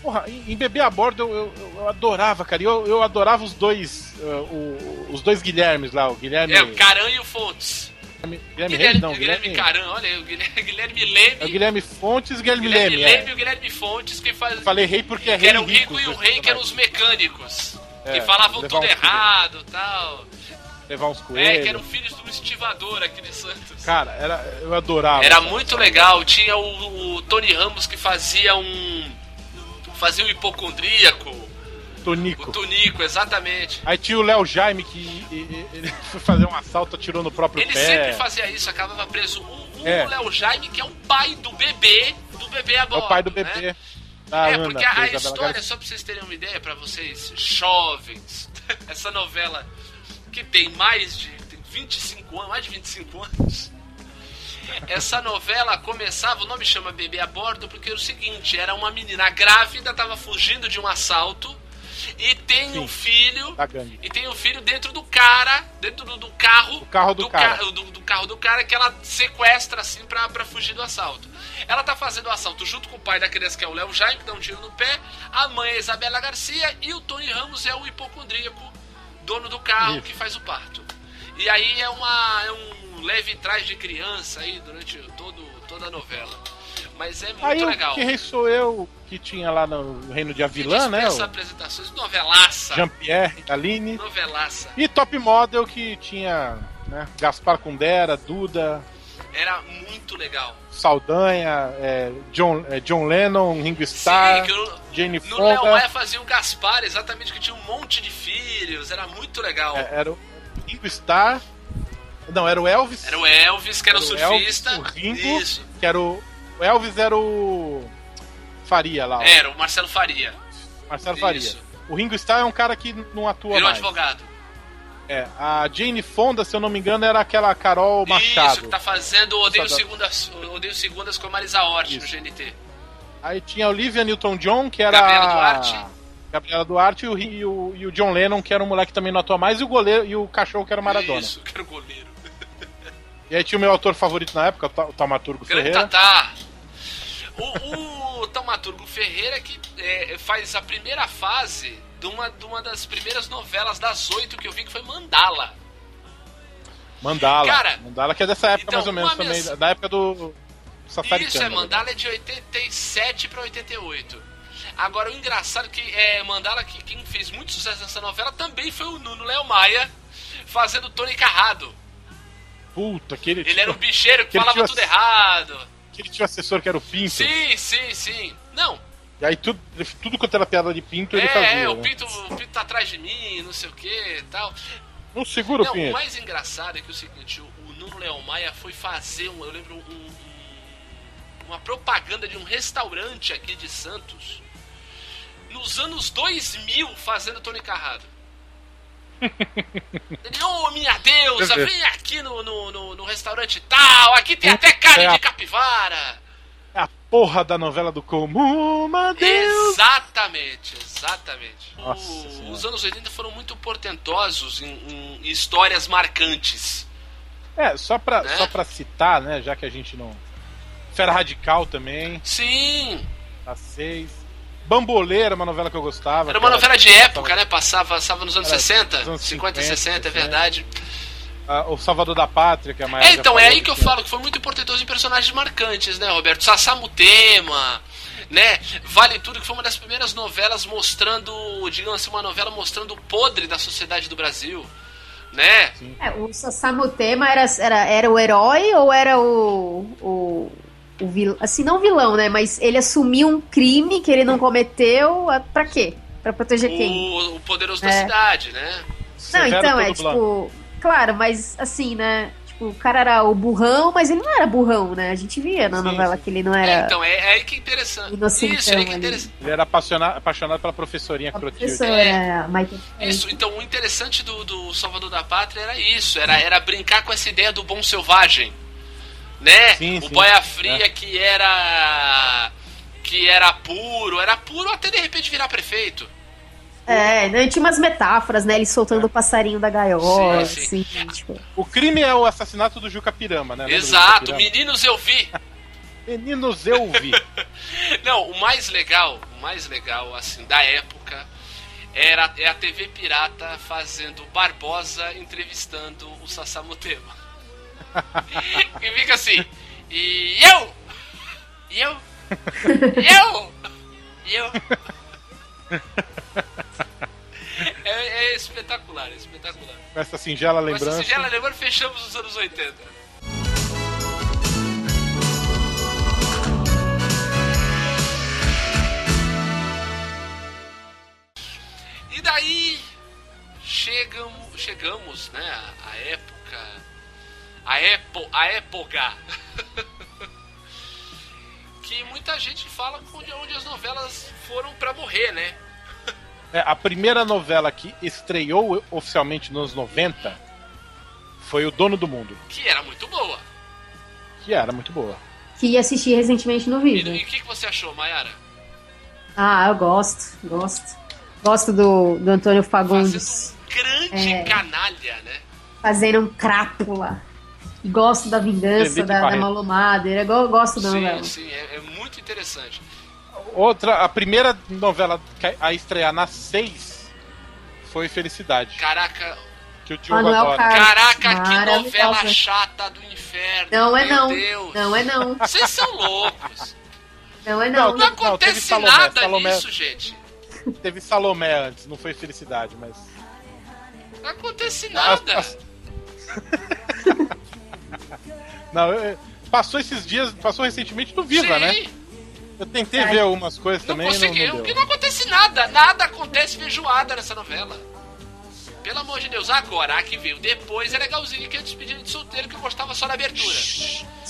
Porra, em, em Bebê a Bordo eu, eu, eu adorava, cara. E Eu, eu adorava os dois. eh, o- os dois Guilhermes lá, o Guilherme. É, o Caran e o Fontes. Guilherme, Guilherme Guilherme, Reis, não, Guilherme, Guilherme. Caran, olha aí, o Guilherme, *laughs* Guilherme É o Leme. Guilherme Fontes e Guilherme, Guilherme Leme. é. Leme e o Guilherme Fontes, que, faz, Eu falei rei porque é que rei. eram o rico os e o dois rei, que eram personagens. os mecânicos. É, que falavam levar tudo uns errado e tal. Levar uns coelhos. É, que eram filhos do estivador aqui de Santos. Cara, era, eu adorava. Era muito legal. Tinha o, o Tony Ramos que fazia um. Fazia um hipocondríaco. Tonico. O Tonico, exatamente. Aí tinha o Léo Jaime que e- e- ele foi fazer um assalto, atirou no próprio Ele pé. sempre fazia isso, acabava preso. O, o É. Léo Jaime, que é o pai do bebê, do bebê É agora. o pai do bebê. Né? da é, Ana, porque que a, Isabela história, Garcia. só pra vocês terem uma ideia, pra vocês jovens, *laughs* essa novela que tem mais de tem 25 anos, mais de 25 anos. Essa novela começava, o nome chama Bebê a Bordo, porque era o seguinte, era uma menina grávida, tava fugindo de um assalto, e tem um filho, da gangue. e tem um filho dentro do cara, dentro do, do carro, do carro do cara. ca- do, do carro do cara que ela sequestra assim pra, pra fugir do assalto. Ela tá fazendo o assalto junto com o pai da criança que é o Léo Jaime, que dá um tiro no pé, a mãe é a Isabela Garcia e o Tony Ramos é o hipocondríaco, dono do carro que faz o parto. E aí é uma é um leve trás de criança aí durante todo toda a novela. Mas é muito Aí legal. o que rei sou eu que tinha lá no reino de Avilã, né? Dispensa apresentações, novelaça, o Jean-Pierre, Aline. novelaça. E Top Model que tinha né, Gaspar Kundera, Duda, Era muito legal. Saldanha, é, John, é, John Lennon, Ringo Starr, é que eu- Jane No Léo Fonda. Maia fazia o Gaspar, exatamente, que tinha um monte de filhos, era muito legal. É, Era o Ringo Starr. Não, era o Elvis. Era o Elvis, que era, Era o o Elvis, surfista. o Ringo. Isso. Que era o, o Elvis era o Faria lá, ó, Era, o Marcelo Faria. Marcelo É, isso. Faria. O Ringo Starr é um cara que não atua Virou mais. advogado. É, a Jane Fonda, se eu não me engano, era aquela Carol Isso, Machado. que tá fazendo Odeio Machado. Segundas, Odeio Segundas com a Marisa Hort no Isso. GNT. Aí tinha a Olivia Newton-John, que era. Gabriela a- Duarte. Gabriela Duarte e o, e, o, e o John Lennon, que era um moleque que também não atua mais, e o goleiro e o cachorro que era o Maradona. Isso, que era o goleiro. E aí tinha o meu autor favorito na época, o Ta- o Tamaturgo Grande Ferreira. Tatá. O, o Taumaturgo Ferreira que é, faz a primeira fase de uma, de uma das primeiras novelas das oito que eu vi, que foi Mandala. Mandala. Cara, Mandala, que é dessa época então, mais ou menos uma também, mensagem- da né? época do Safari Isso, é, Mandala é de 87 pra 88. Agora, o engraçado é que é, Mandala, que quem fez muito sucesso nessa novela também foi o Nuno Léo Maia, fazendo Tony Carrado. Puta, aquele, Ele era um tipo, bicheiro que Aquele falava tio tudo ass- errado. aquele tio assessor que era o Pinto. Sim, sim, sim. Não, E aí tudo, tudo quanto era piada de Pinto, ele fazia. é, é, o né? Pinto, o Pinto tá atrás de mim, não sei o que e tal. Não segura o Não, o Pinto. mais engraçado é que é o seguinte, o, o Nuno Leão Maia foi fazer, um, eu lembro, um- um- uma propaganda de um restaurante aqui de Santos nos anos 2000 fazendo *laughs* Tony Carrado. Ele, ô minha deusa, Quer ver? vem aqui no, no, no- no restaurante tal, aqui tem até É carne a- de capivara. É a porra da novela do comum, uma Deus. Exatamente, exatamente. O- Nossa Senhora. os anos 80 foram muito portentosos em, em histórias marcantes. É, só pra, Né? só pra citar, né, já que a gente não... Fera Radical também, Sim, a 6. Bambolê era uma novela que eu gostava. era que uma novela de época, né? Passava, passava nos anos Era 60, nos anos 50, 60, 60, é verdade. Ah, o Salvador da Pátria, que a Maia É, Ah, já então, é falou aí que eu tinha. falo que foi muito portentoso em personagens marcantes, né, Roberto? Sassamu Tema, né? Vale Tudo, que foi uma das primeiras novelas mostrando, digamos assim, uma novela mostrando o podre da sociedade do Brasil, né? É, o Sassamutema era, era, era o herói ou era o, o, o vilão? Assim, não vilão, né? Mas ele assumiu um crime que ele não cometeu. ah, Pra quê? Pra proteger quem? O, o Poderoso da É. Cidade, né? Não, Severo então, é Todo Blanco. tipo. Claro, mas assim, né? Tipo, o cara era o burrão, mas ele não era burrão, né? A gente via na Sim, novela sim. que ele não É, era. então, é, é aí que é interessante. Inocentão Isso, é aí que é então, ali. interessante. Ele era apaixonado, apaixonado pela professorinha a Clotilde. professora, a né, Michael Isso, então o interessante do, do Salvador da Pátria era isso, era, era brincar com essa ideia do bom selvagem. Né? Sim, É. o sim, boia fria que era. que era puro, era puro até de repente virar prefeito. É, né, tinha umas metáforas, né? Ele soltando o passarinho da gaiola, É. Sim, assim, tipo. O crime é o assassinato do Juca Pirama, né? Lembra do Juca Exato, Pirama? meninos eu vi. Meninos, eu vi. Não, o mais legal, o mais legal, assim, da época, era é a TV Pirata fazendo Barbosa entrevistando o Sassamutema. e fica assim, e eu! E eu! E eu! E eu! É, é espetacular, é espetacular. Com essa singela Mas lembrança. se já lembrando, fechamos os anos 80. E daí chegamos, chegamos, né, a- a época, a épo, a época *laughs* que muita gente fala onde, onde as novelas foram pra morrer, né? É, a primeira novela que estreou oficialmente nos anos 90 foi O Dono do Mundo, Que era muito boa. que era muito boa. Que assisti recentemente no E vídeo. e o que, que você achou, Mayara? Ah, eu gosto, gosto. Gosto do, do Antônio Fagundes Fazendo um grande É. canalha, né? fazendo um crápula. E Gosto da vingança Felipe da, da Barreto. malomadeira. Eu gosto da novela. Sim, sim, é, é muito interessante. Outra, a primeira novela que- a estrear na 6 foi Felicidade, Caraca, que eu te ouvo Manuel agora. Carlos. caraca, que Ah, maravilhosa. novela chata do inferno. Não é meu não. Deus. Não é não. Vocês são *laughs* loucos. Não é não. Não, tá Não, acontece teve Salomé, nada Salomé. nisso, gente. Teve Salomé antes, não foi Felicidade, mas Não acontece nada. Não, eu- passou esses dias, passou recentemente do Viva, né? Eu tentei ver algumas coisas Não também. conseguiu, não, não porque deu. não acontece nada. Nada acontece feijoada nessa novela. Pelo amor de Deus, agora a que veio depois é legalzinho que é despedida de solteiro que eu gostava só na abertura.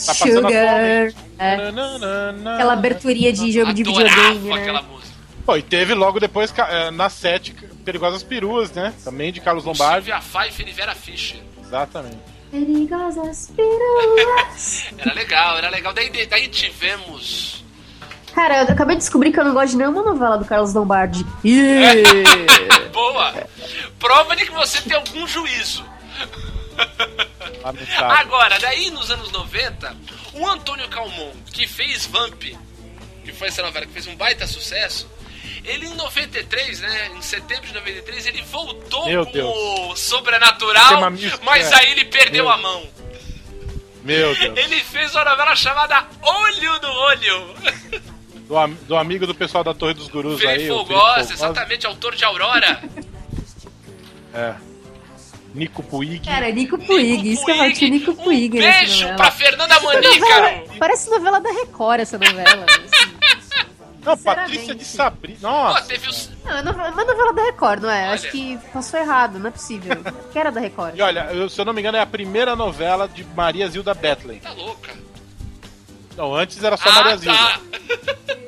Tá passando Sugar. É. Nananana. Aquela aberturinha de jogo de videogame, Adorava né? aquela música. Pô, e teve logo depois ca- eh, na sete Perigosas Peruas, né? Também de Carlos Lombardi. Silvia Pfeiffer e Vera Fischer. Exatamente. Perigosas peruas. *laughs* Era legal, era legal. Daí, daí tivemos. Cara, eu acabei de descobrir que eu não gosto de nenhuma novela do Carlos Lombardi. Boa! Prova de que você tem algum juízo. Lá no estado. Agora, daí nos anos 90, o Antônio Calmon, que fez Vamp, que foi essa novela que fez um baita sucesso, ele em 93, né? Em setembro de 93, ele voltou Meu com Deus. o Tema Sobrenatural, místico, mas é. aí ele perdeu Meu a mão. Ah, Meu Deus. Ele fez uma novela chamada Olho do Olho. Do, am- do amigo do pessoal da Torre dos Gurus aí. Felipe o Felipe Fogosa, Fogosa. exatamente, autor de Aurora. É. Nico Puig. *laughs* Cara, Nico Puig, isso que eu falo, tinha Nico um Puig né, nessa beijo novela. pra Fernanda Novela- Manícaro. Parece novela da Record essa novela. assim. Não, sinceramente. Patrícia de Sabri. Pô, Nossa. teve os... Não, é novela- é uma novela da Record, não é? Olha. Acho que passou errado, não é possível. Que era da Record. E olha, eu- se eu não me engano, é a primeira novela de Maria Zilda Bethlen. Tá louca. Não, antes era só é Maria Ah, Zilda. tá.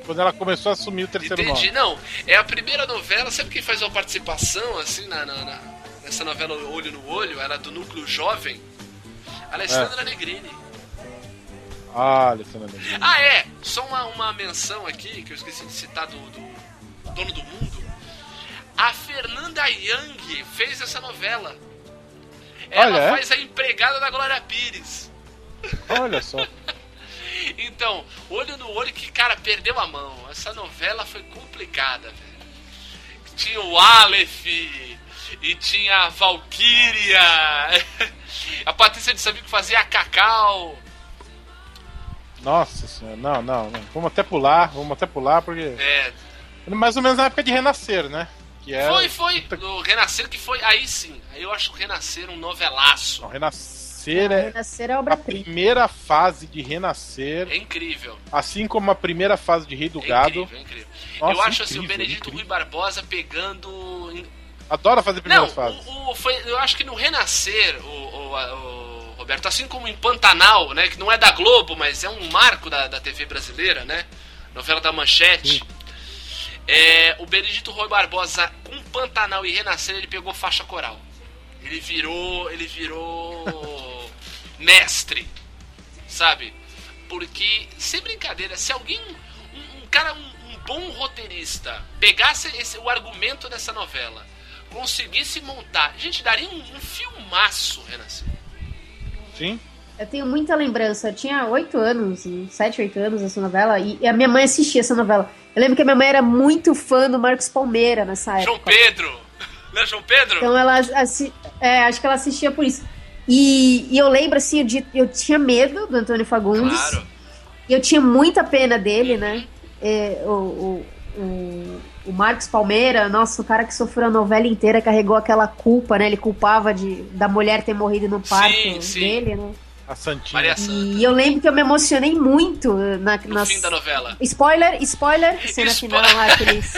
Quando ela começou a assumir o terceiro nome. Entendi, não. É a primeira novela, sempre quem faz uma participação assim na, na- na- nessa novela Olho no Olho, ela é do núcleo jovem. Alessandra É. Negrini. Ah, Alessandra Negrini. Ah, é! Só uma, uma menção aqui que eu esqueci de citar do, do Dono do Mundo. A Fernanda Young fez essa novela. Ela Olha, é? faz a empregada da Glória Pires. Olha só. Então, olho no olho que, cara, perdeu a mão. Essa novela foi complicada, velho. Tinha o Aleph e tinha a Valkyria. *laughs* A Patrícia de Sabico fazia a Cacau. Nossa senhora. Não, não, não. Vamos até pular, vamos até pular, porque. É, Mais ou menos na época de Renascer, né? Que era... foi, foi. O Renascer que foi. Aí sim. Aí eu acho o Renascer um novelaço. Não, Renascer é. Renascer é A obra-prima. primeira fase de Renascer, É incrível. assim como a primeira fase de Rei do É Gado. incrível, é incrível. Nossa, eu acho assim, o incrível, Benedito incrível. Rui Barbosa pegando em- Adoro fazer Não, primeiras fases. o, o- foi, eu acho que no Renascer, o, o- a- o Roberto, assim como em Pantanal, né, que não é da Globo, mas é um marco da, da TV brasileira, né, novela da Manchete, é, o Benedito Rui Barbosa, com Pantanal e Renascer, ele pegou faixa coral. Ele virou, ele virou *laughs* mestre, sabe? Porque, sem brincadeira, se alguém, um, um cara, um, um bom roteirista, pegasse esse- o argumento dessa novela, conseguisse montar, gente, daria um, um filmaço, Renascer. Sim. Eu tenho muita lembrança. Eu tinha oito anos, sete, oito anos essa novela, e e a minha mãe assistia essa novela. Eu lembro que a minha mãe era muito fã do Marcos Palmeira nessa época. João Pedro! Não é João Pedro? Então ela assi- é, acho que ela assistia por isso. E, e eu lembro, assim, de, eu tinha medo do Antônio Fagundes. claro. Uhum. E eu tinha muita pena dele, né? É, o, o, o, o Marcos Palmeira, nossa, o cara que sofreu a novela inteira, carregou aquela culpa, né? Ele culpava de, da mulher ter morrido no parto Sim, sim. dele, né? A Santinha. Maria Santa. E eu lembro que eu me emocionei muito na, tá No nas- fim da novela. Spoiler, spoiler, *laughs* assim, cena Spo- final lá é que eles,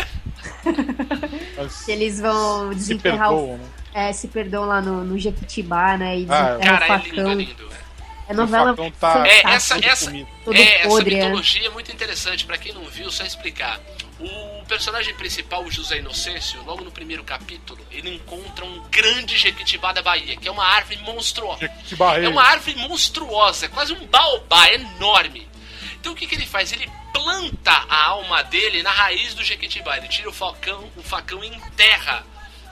Mas que eles vão se desenterrar o perdoam, né? é, se perdão lá no, no Jequitibá, né? E Ah, desenterra o Cara, é facão. lindo, é lindo. é. É novela O facão tá- É, fantástica, essa, essa, comido. todo é, essa podre, é. mitologia é muito interessante. Pra quem não viu, só explicar. O personagem principal, o José Inocêncio, logo no primeiro capítulo, ele encontra um grande jequitibá da Bahia, que é uma árvore monstruosa. Que barreira. É uma árvore monstruosa, quase um baobá enorme. Então o que, que ele faz? Ele planta a alma dele na raiz do jequitibá. Ele tira o facão, o facão e enterra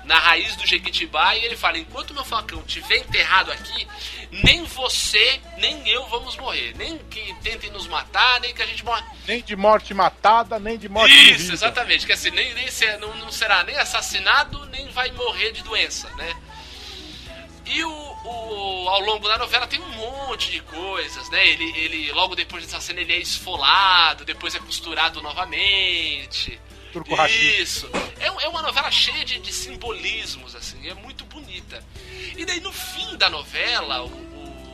na raiz do jequitibá e ele fala: enquanto meu facão estiver enterrado aqui, nem você, nem eu vamos morrer. Nem que tentem nos matar, nem que a gente morra. Nem de morte matada, nem de morte Isso, vivida. exatamente. Quer dizer, nem, nem ser- não, não será nem assassinado, nem vai morrer de doença, né? E o, o- ao longo da novela tem um monte de coisas, né? Ele, ele logo depois dessa cena ele é esfolado, depois é costurado novamente. Turco Rashid. Isso. É, um- é uma novela cheia de, de simbolismos, assim, é muito bonita. E daí no fim da novela, o, o-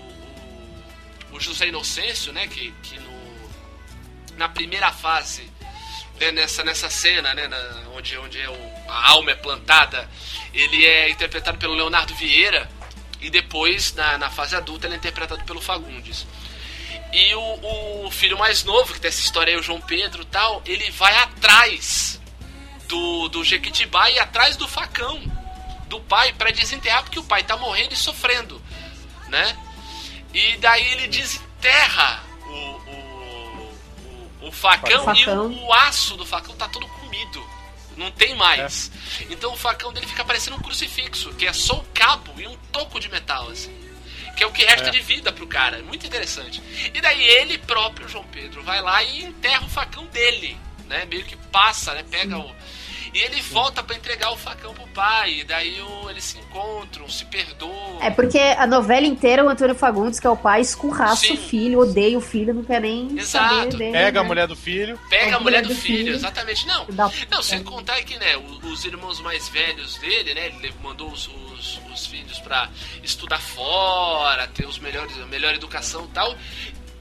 o José Inocêncio, né? Que, que no, na primeira fase, né, nessa, nessa cena, né? na- onde onde é o- a alma é plantada, ele é interpretado pelo Leonardo Vieira e depois, na, na fase adulta, ele é interpretado pelo Fagundes. E o, o filho mais novo, que tem essa história aí, o João Pedro e tal, ele vai atrás do, do Jequitibá e atrás do facão do pai pra desenterrar, porque o pai tá morrendo e sofrendo, né? E daí ele desenterra o, o, o- o facão, Facão. e o, o aço do facão tá todo comido. Não tem mais. Então o facão dele fica parecendo um crucifixo, que é só o cabo e um toco de metal, assim. Que é o que resta de vida pro cara. É Muito interessante. E daí ele próprio, João Pedro, vai lá e enterra o facão dele. Né? Meio que passa, né? Pega o. E ele volta pra entregar o facão pro pai. E daí o- eles se encontram, se perdoam. É porque a novela inteira o Antônio Fagundes, que é o pai, escurraça Sim. o filho, odeia o filho, não quer nem Exato. saber dele. Pega a né? mulher do filho. Pega a mulher do filho, exatamente. Não, Filho da Não, puta. sem contar que, né, o- os irmãos mais velhos dele, né, ele mandou os, os- os filhos pra estudar fora, ter os melhores, a melhor educação e tal.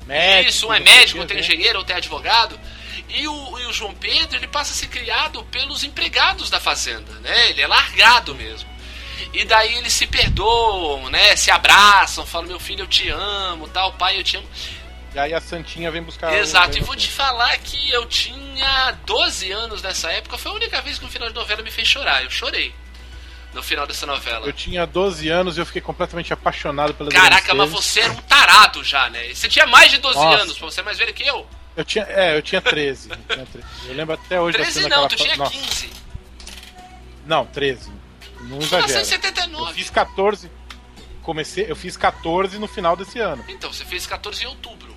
Médico, Isso, um é não sei o médico, quê, outro é né? engenheiro, outro é advogado. E o, e o João Pedro, ele passa a ser criado pelos empregados da fazenda, né, ele é largado mesmo. E daí eles se perdoam, né, se abraçam, falam, meu filho, eu te amo, tal, pai, eu te amo. E aí a Santinha vem buscar um o- Exato, e vou te falar que eu tinha 12 anos nessa época, foi a única vez que um final de novela me fez chorar. Eu chorei no final dessa novela. Eu tinha 12 anos e eu fiquei completamente apaixonado pela Caraca, mas você era um tarado já, né? Você tinha mais de 12 Nossa. anos, pô, você é mais velho que eu? Eu tinha, é, eu tinha 13. Eu, tinha 13. Eu lembro até hoje 13 da cena não, que tu ela fa- tinha Nossa, 15. Não, 13. Não assim exagero. Eu 1979. fiz 14. Comecei, eu fiz 14 no final desse ano. Então, você fez 14 em outubro.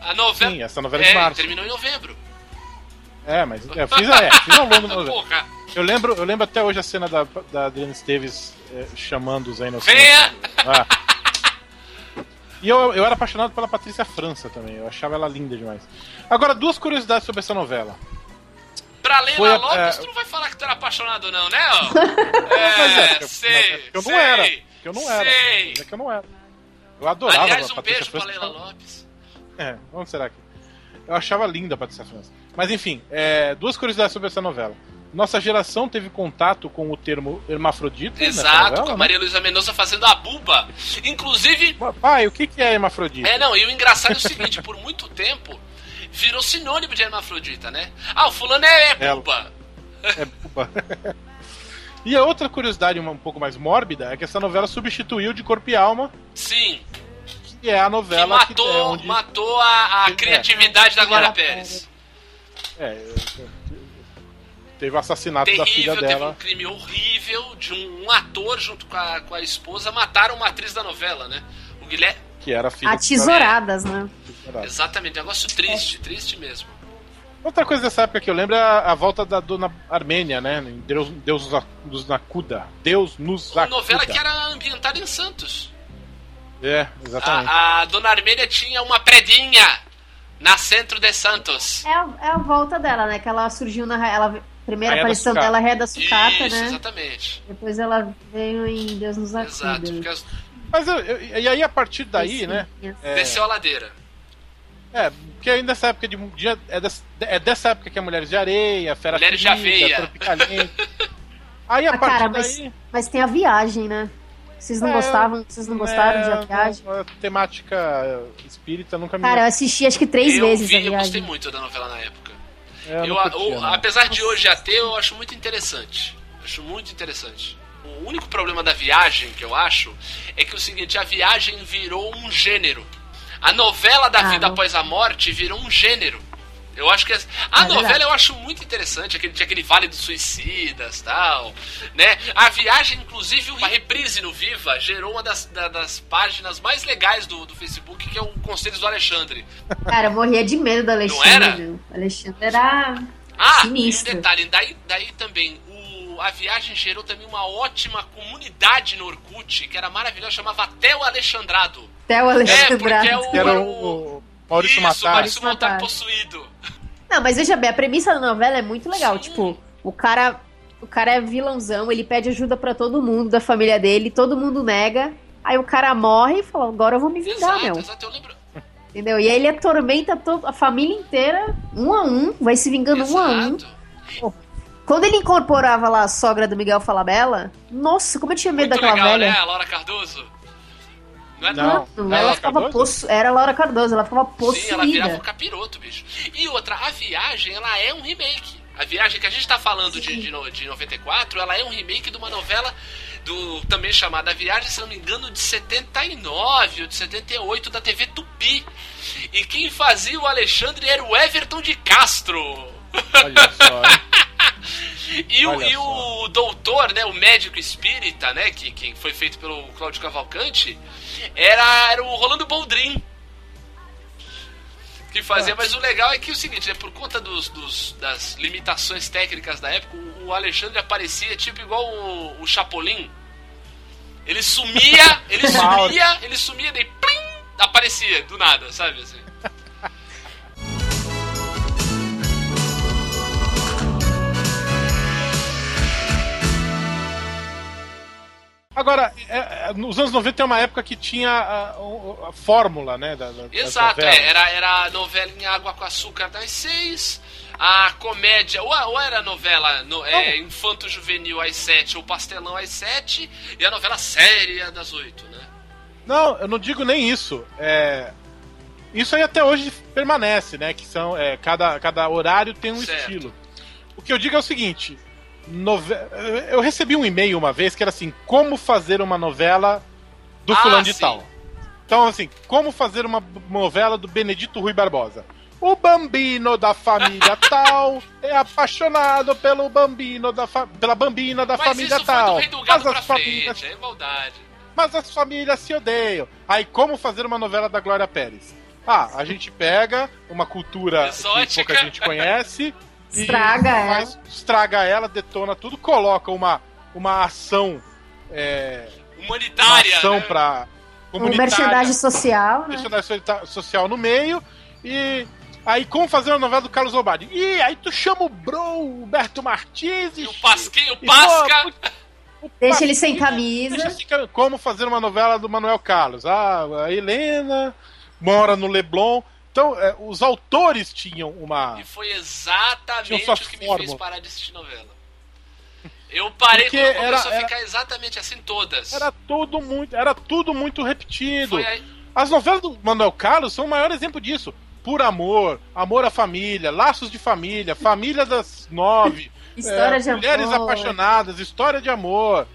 A novela. Sim, essa novela é de é, março. terminou em novembro. É, mas é, eu fiz, é, fiz ao *laughs* longo da novela. Porra, Eu lembro, eu lembro até hoje a cena da, da Adriana Esteves é, chamando os inocentes. venha! Ah. É. E eu, eu era apaixonado pela Patrícia França também, eu achava ela linda demais. Agora, duas curiosidades sobre essa novela. Pra Leila Foi a- Lopes, é- tu não vai falar que tu era apaixonado, não, né? *laughs* ó? Mas é, porque- é, mas sei. é porque eu sei, não era. Porque eu não era. Sei. Mas é que eu não era. Eu adorava Aliás, a um Patrícia beijo pra França. Leila Lopes. É, onde será que? Eu achava linda a Patrícia França. Mas enfim, é, duas curiosidades sobre essa novela. Nossa geração teve contato com o termo hermafrodita. nessa Exato, com novela, a né? Maria Luísa Mendonça fazendo a buba. Inclusive, Pai, o que que é hermafrodita? é não, e o engraçado é o seguinte, por muito tempo virou sinônimo de hermafrodita, né? Ah, o fulano é, é Ela. buba. É buba. E a outra curiosidade, uma um pouco mais mórbida, é que essa novela substituiu de Corpo e Alma, Sim, que é a que novela que, é matou, onde. matou a, a É. criatividade da Glória Ela- Pérez. É, teve o assassinato da filha Terrível, teve um dela. crime horrível de um, um ator junto com a, com a esposa, mataram uma atriz da novela, né? O Guilherme. Que era a filha A do- tesouradas, né? Exatamente, negócio triste, triste mesmo. Outra coisa dessa época que eu lembro é a, a volta da dona Armênia, né? em Deus, Deus nos a- nos acuda. Deus nos Uma acuda. novela que era ambientada em Santos. É, Tá. exatamente. A, a dona Armênia tinha uma predinha na centro de Santos. É a, é a volta dela, né? Que ela surgiu na. Ela, primeira Raia da aparição Sucata. dela é da sucata, Isso, né? exatamente. Depois ela veio em Deus nos acuda. Exato. Porque as- Mas eu- eu- e aí, a partir daí, né? É. desceu a ladeira. É, porque ainda nessa época de. de é, dessa, é dessa época que é Mulheres de Areia, Fera Mulheres de Aveia. *laughs* Tropicaliente. Aí a Ah, partir cara, mas daí. Mas tem a viagem, né? Vocês não É, gostavam, vocês não gostaram de né, a viagem? a temática espírita nunca me. Cara, eu assisti acho que três eu vezes vi, a eu gostei viagem. muito da novela na época. é, Eu, não a- curtia, o- não. apesar de hoje já ter, eu acho muito interessante. Acho muito interessante. O único problema da viagem que eu acho é que o seguinte, a viagem virou um gênero. A novela da Ah, vida não. após a morte virou um gênero. Eu acho que as- a É novela verdade. eu acho muito interessante, aquele tinha aquele Vale dos Suicidas, tal, né? A viagem, inclusive, a reprise no Viva gerou uma das, da- das páginas mais legais do, do Facebook, que é o Conselhos do Alexandre. Cara, eu morria de medo do Alexandre. era? viu? O Alexandre era. Ah, Sinistro. e um detalhe, daí, daí também, o, a viagem gerou também uma ótima comunidade no Orkut, que era maravilhosa, chamava até o Alexandrado. Até o É, Alexandre porque é Braga. o... Que era é o, o Maurício Isso, Matar. Maurício Matar Matar. possuído. Não, mas veja bem, a premissa da novela é muito legal. Sim. Tipo, o cara, o cara é vilãozão, ele pede ajuda pra todo mundo da família dele, todo mundo nega. Aí o cara morre e fala: agora eu vou me vingar, Exato, meu. exato. Eu lembro, Entendeu? E aí ele atormenta to- a família inteira, um a um, vai se vingando um a um. Exato. Quando ele incorporava lá a sogra do Miguel Falabella, nossa, como eu tinha medo Muito daquela legal, velha. né? A Laura Cardoso. Não é Não. Mano, Era ela Laura ficava Cardoso? possu... Era a Laura Cardoso, ela ficava Sim, ela virava um possuída. capiroto, bicho. E outra, a viagem, ela é um remake. A viagem que a gente tá falando de, de, no- de 94, ela é um remake de uma novela do também chamada Viagem, se não me engano, de 79 ou de 78 da TV Tupi. E quem fazia o Alexandre era o Everton de Castro. Olha só, hein? E, o, Olha e só. o doutor, né, o médico espírita, né, que, que foi feito pelo Cláudio Cavalcante, era, era o Rolando Boldrin. Que fazia, mas o legal é que é o seguinte, né, por conta dos, dos- das limitações técnicas da época, o- o Alexandre aparecia tipo igual o, o Chapolin. Ele sumia, ele *laughs* Mauro. sumia, ele sumia, daí plim, aparecia do nada, sabe assim. *laughs* Agora, é, é, nos anos 90 tem uma época que tinha a, a- a fórmula, né? da- da- das Exato, novelas. é, era, era a novela em Água com Açúcar das seis, a comédia, ou, ou era a novela no, é, Infanto Juvenil às sete, ou Pastelão às sete, e a novela séria das oito, né? Não, eu não digo nem isso. É, Isso aí até hoje permanece, né? Que são. é, cada, cada horário tem um Certo. estilo. O que eu digo é o seguinte: nove- eu recebi um e-mail uma vez que era assim, como fazer uma novela do Ah, fulano de sim. tal. Então, assim, como fazer uma b- novela do Benedito Rui Barbosa? O bambino da família *laughs* tal é apaixonado pelo bambino da fa- pela bambina da Mas família isso foi tal. do Rei do Gado Mas pra as famílias frente, é igualdade. mas as famílias se odeiam. Aí, como fazer uma novela da Glória Pérez? Ah, a gente pega uma cultura Exótica. que pouca gente *laughs* conhece. e Estraga ela. faz- Estraga ela, detona tudo, coloca uma, uma ação. É, uma Humanitária, ação né? pra. Um comunitária, merchandising social, né? merchandising solita- tá, social no meio. E. Aí, como fazer uma novela do Carlos Lombardi? Ih, aí tu chama o Bro, o Berto Martins E o chama- Pasquinho, o e, pô, Pasca, o Deixa ele sem Pasquinha. Deixa camisa. assim, cara, como fazer uma novela do Manuel Carlos. Ah, a Helena mora no Leblon. Então, é, os autores tinham uma. e foi exatamente Tinha o sua que me fórmula. fez parar de assistir novela. Eu parei Porque quando era- começou a era- ficar exatamente assim todas. Era tudo muito, era tudo muito repetido. Foi aí- As novelas do Manuel Carlos são o maior exemplo disso. Por amor, amor à família, laços de família, família das nove, *laughs* História é, de amor. mulheres apaixonadas, história de amor.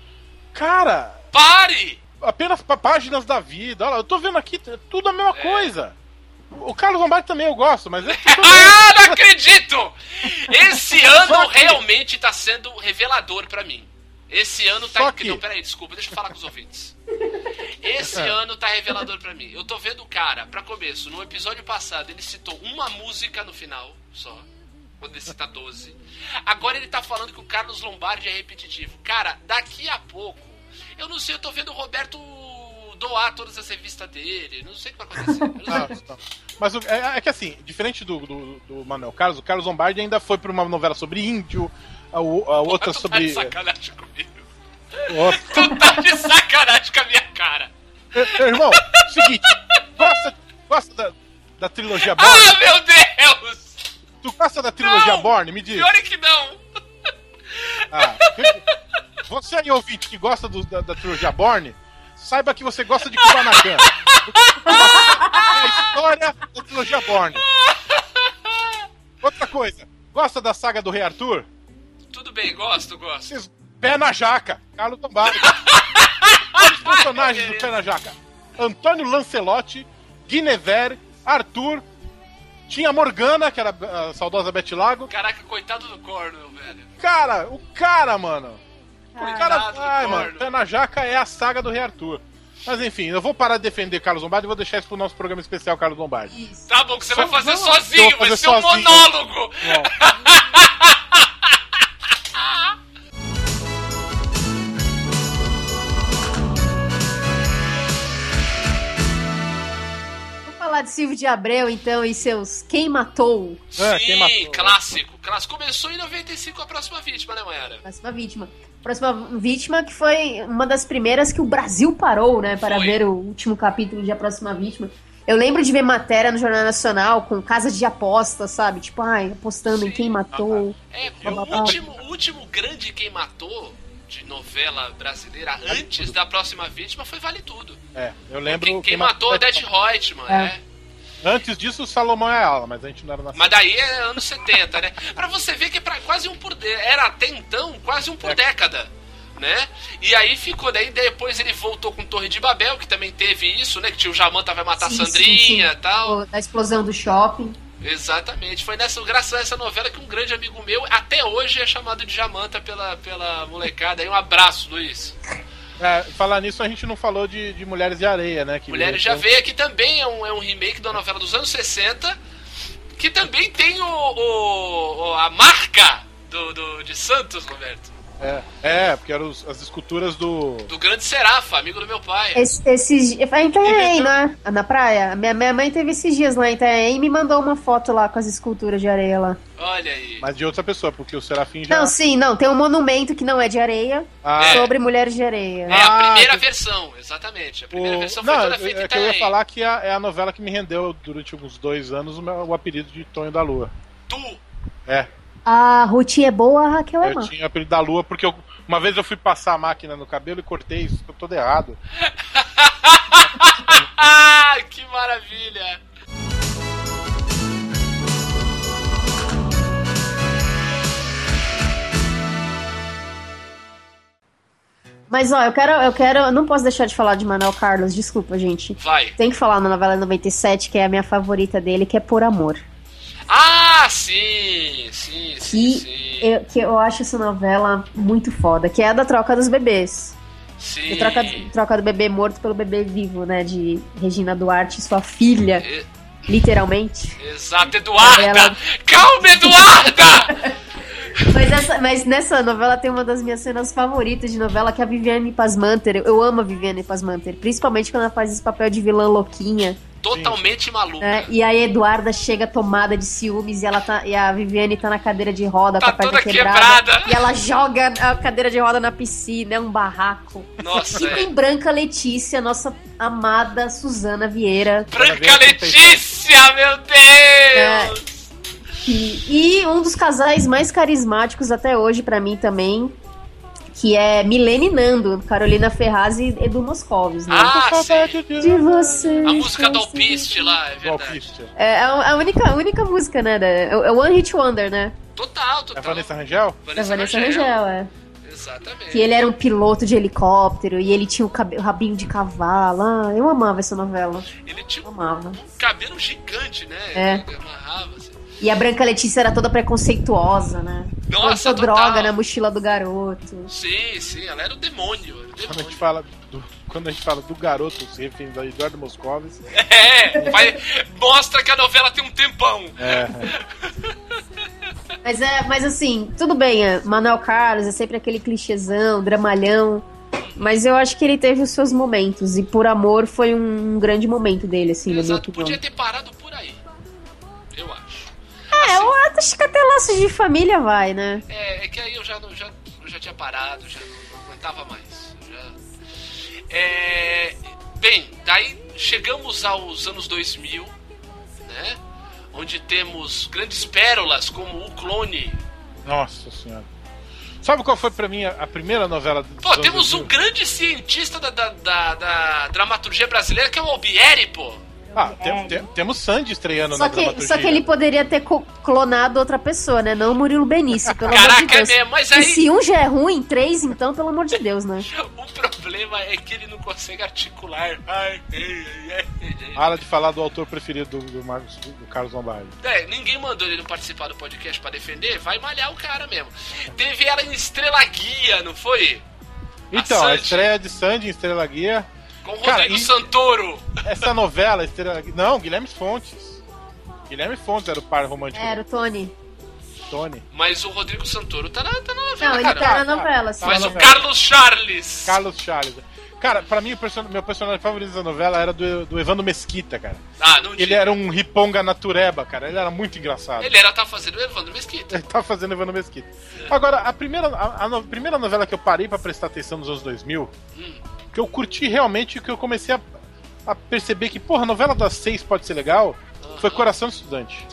Cara, Pare! apenas pá- páginas da vida. Olha lá, eu tô vendo aqui t- tudo a mesma É. coisa. O Carlos Lombardi também eu gosto, mas *laughs* é tudo Ah, não acredito! Esse ano realmente tá sendo revelador pra mim. Esse ano tá Só incrível. que- É. Peraí, desculpa, deixa eu falar com os *laughs* ouvintes. Esse ano tá revelador pra mim. Eu tô vendo o cara, pra começo, no episódio passado ele citou uma música no final só. Quando ele cita 12. Agora ele tá falando que o Carlos Lombardi é repetitivo. Cara, daqui a pouco, eu não sei, eu tô vendo o Roberto doar todas as revistas dele. Não sei o que vai acontecer. Eu não sei. Não, não. então. Mas o- é, é que assim, diferente do, do, do Manuel Carlos, o Carlos Lombardi ainda foi pra uma novela sobre índio, a, o- a outra Tu tá sobre. de sacanagem comigo. Outra. Tu tá de sacanagem com a minha cara. Meu irmão, seguinte, gosta, gosta da, da trilogia Borne? Ah, meu Deus! Tu gosta da trilogia não! Borne? Me diz. Pior é que não. Ah, você aí, ouvinte, que gosta do- da, da trilogia Borne, saiba que você gosta de Kubanacan. a história da trilogia Borne. Outra coisa, gosta da saga do Rei Arthur? Tudo bem, gosto, gosto. Esses pé na jaca, Carlos *laughs* Lombardi. Os personagens do pé na jaca: Antônio Lancelotti, Guinevere, Arthur. Tinha a Morgana, que era a saudosa Bete Lago. Caraca, coitado do corno, velho. Cara, o cara, mano. o cara Coitado do vai, mano. corno. Pé na jaca é a saga do Rei Arthur. Mas enfim, eu vou parar de defender Carlos Lombardi e vou deixar isso pro nosso programa especial, Carlos Lombardi. Isso. Tá bom, que você Só vai fazer não. Eu sozinho, vou fazer vai ser um sozinho. monólogo. Bom. Vamos falar de Silvio de Abreu, então, e seus Quem Matou? É, Sim, quem matou? clássico, clássico. Começou em 95 a próxima vítima, né, Mayara? Próxima vítima. Próxima vítima que foi uma das primeiras que o Brasil parou, né? Para Foi. ver o último capítulo de A Próxima Vítima. Eu lembro de ver matéria no Jornal Nacional com casa de aposta, sabe? Tipo, ai, apostando em Sim, quem matou. É, Eu- o último, o último grande quem matou de novela brasileira antes da próxima vítima foi Vale Tudo. É, eu lembro. Quem, quem matou é Dead Reutemann, É. é. Antes disso, o Salomão é ala, mas a gente não era na Mas daí é anos 70, né? Pra você ver que é pra quase um por... de- Era até então quase um por É. década, né? E aí ficou, daí depois ele voltou com Torre de Babel, que também teve isso, né? Que tio Jamanta vai matar Sim, Sandrinha sim, e sim. tal. Da explosão do shopping. Exatamente. Foi nessa, graças a essa novela que um grande amigo meu, até hoje, é chamado de Jamanta pela, pela molecada. Aí um abraço, Luiz. É, falar nisso, a gente não falou de, de Mulheres de Areia, né? Que Mulheres já veio aqui também, é um, é um remake da novela dos anos 60, que também tem o, o- o- a marca do, do- de Santos, Roberto. É, é, porque eram os- as esculturas do. Do grande Serafa, amigo do meu pai. É. Es- Esses dias. Em Itanhaém, Uhum. né? Na praia. Minha, minha mãe teve esses dias lá em Itanhaém e me mandou uma foto lá com as esculturas de areia lá. Olha aí. Mas de outra pessoa, porque o Serafim já. Não, sim, não. Tem um monumento que não é de areia Ah, sobre mulheres de areia. É a Ah, primeira que- versão, exatamente. A primeira o... versão foi Não, toda feita é em que eu ia Itanhaém. falar que é a, é a novela que me rendeu durante uns dois anos o, meu- o apelido de Tonho da Lua. Tu, *laughs* É, A Ruth é boa, a Raquel é eu má. tinha o apelido da Lua porque eu- uma vez eu fui passar a máquina no cabelo e cortei isso, ficou todo errado. Ah, que maravilha! Mas ó, eu quero, eu quero. Eu não posso deixar de falar de Manuel Carlos, desculpa, gente. Vai. Tem que falar na novela 97, que é a minha favorita dele, que é Por Amor. Ah, sim, sim, sim, Que sim. eu, que eu acho essa novela muito foda, que é a da troca dos bebês. sim. De troca, troca do bebê morto pelo bebê vivo, né? De Regina Duarte, sua filha, E- literalmente. Exato, Eduarda! Ela- *laughs* Calma, Eduarda! Mas, essa- mas nessa novela tem uma das minhas cenas favoritas de novela, que é a Viviane Pasmanter. Eu amo a Viviane Pasmanter, principalmente quando ela faz esse papel de vilã louquinha. Totalmente maluca. É. né? E aí a Eduarda chega tomada de ciúmes e ela tá e a Viviane tá na cadeira de roda Tá com a perna toda quebrada. E ela joga a cadeira de roda na piscina, é um barraco. Nossa, Fica é. em branca Letícia, nossa amada Suzana Vieira. Branca Letícia, meu É. Deus! que- e um dos casais mais carismáticos até hoje pra mim também, que é Milene e Nando, Carolina Ferraz e Edu Moscovis, né? Ah, sim. de você. A música do esqueci. Alpiste lá, é Igual verdade. Christian. É a a única, a única música, né? da- É o é o One Hit Wonder, né? Total, total. É a Vanessa Rangel? Da Vanessa Rangel, é. Exatamente. Que ele era um piloto de helicóptero e ele tinha o, cabe- o rabinho de cavalo. Ah, eu amava essa novela. Ele tinha um Amava. cabelo gigante, né? É. Ele amarrava, assim. E a Branca Letícia era toda preconceituosa, né? Nossa, Lançou total. droga na mochila do garoto. Sim, sim, ela era o demônio. Era o Quando a gente demônio. fala do, quando a gente fala do garoto, se referindo a Eduardo Moscovis. É, vai- mostra que a novela tem um tempão. É, Mas é, mas assim, tudo bem, é, Manuel Carlos é sempre aquele clichêzão, dramalhão. Mas eu acho que ele teve os seus momentos. E por amor foi um grande momento dele, assim, na minha Exato, opinião. podia ter parado por aí. Eu acho. É, eu acho que até laços de família vai, né? É, é que aí eu já, não- já, eu já tinha parado, já não, não aguentava mais. Já... É, bem, daí chegamos aos anos 2000, né? Onde temos grandes pérolas como O Clone. nossa senhora. Sabe qual foi pra mim a, a primeira novela do Pô, temos um grande cientista da, da, da- da dramaturgia brasileira que é o Albieri, pô. Ah, tem- tem- temos Sandy estreando É. Só na que, dramaturgia. só que ele poderia ter co- clonado outra pessoa, né? Não o Murilo Benício, pelo amor de Caraca, é Deus. mesmo, mas E aí se um já é ruim, três, então, pelo amor de Deus, né? o problema é que ele não consegue articular. Ai, ai, ai, ai, ai. Para de falar do autor preferido do, do Marcos, do Carlos Lombardi. É, ninguém mandou ele não participar do podcast pra defender, vai malhar o cara mesmo. Teve ela em Estrela Guia, não foi? Então, a, Sandy. estreia de Sandy em Estrela Guia. Com o Cara, Rodrigo e- Santoro. Essa novela, Estrela Guia. Não, Guilherme Fontes. Guilherme Fontes era o par romântico Era o Tony. do Tony. Mas o Rodrigo Santoro tá na, tá na novela, Não, ele cara. tá na novela, assim. Mas na o novela. Carlos Charles. Carlos Charles. Cara, pra mim, o person- meu personagem favorito da novela era do, do Evandro Mesquita, cara. Ah, não Ele é- diga. era um riponga natureba, cara. Ele era muito engraçado. Ele era, tá fazendo o Evandro Mesquita. Ele tá fazendo Evandro Mesquita. Agora, a primeira, a, a no- primeira novela que eu parei pra prestar atenção nos anos 2000, que eu curti realmente, que eu comecei a, a perceber que, porra, a novela das seis pode ser legal foi Coração do Estudante.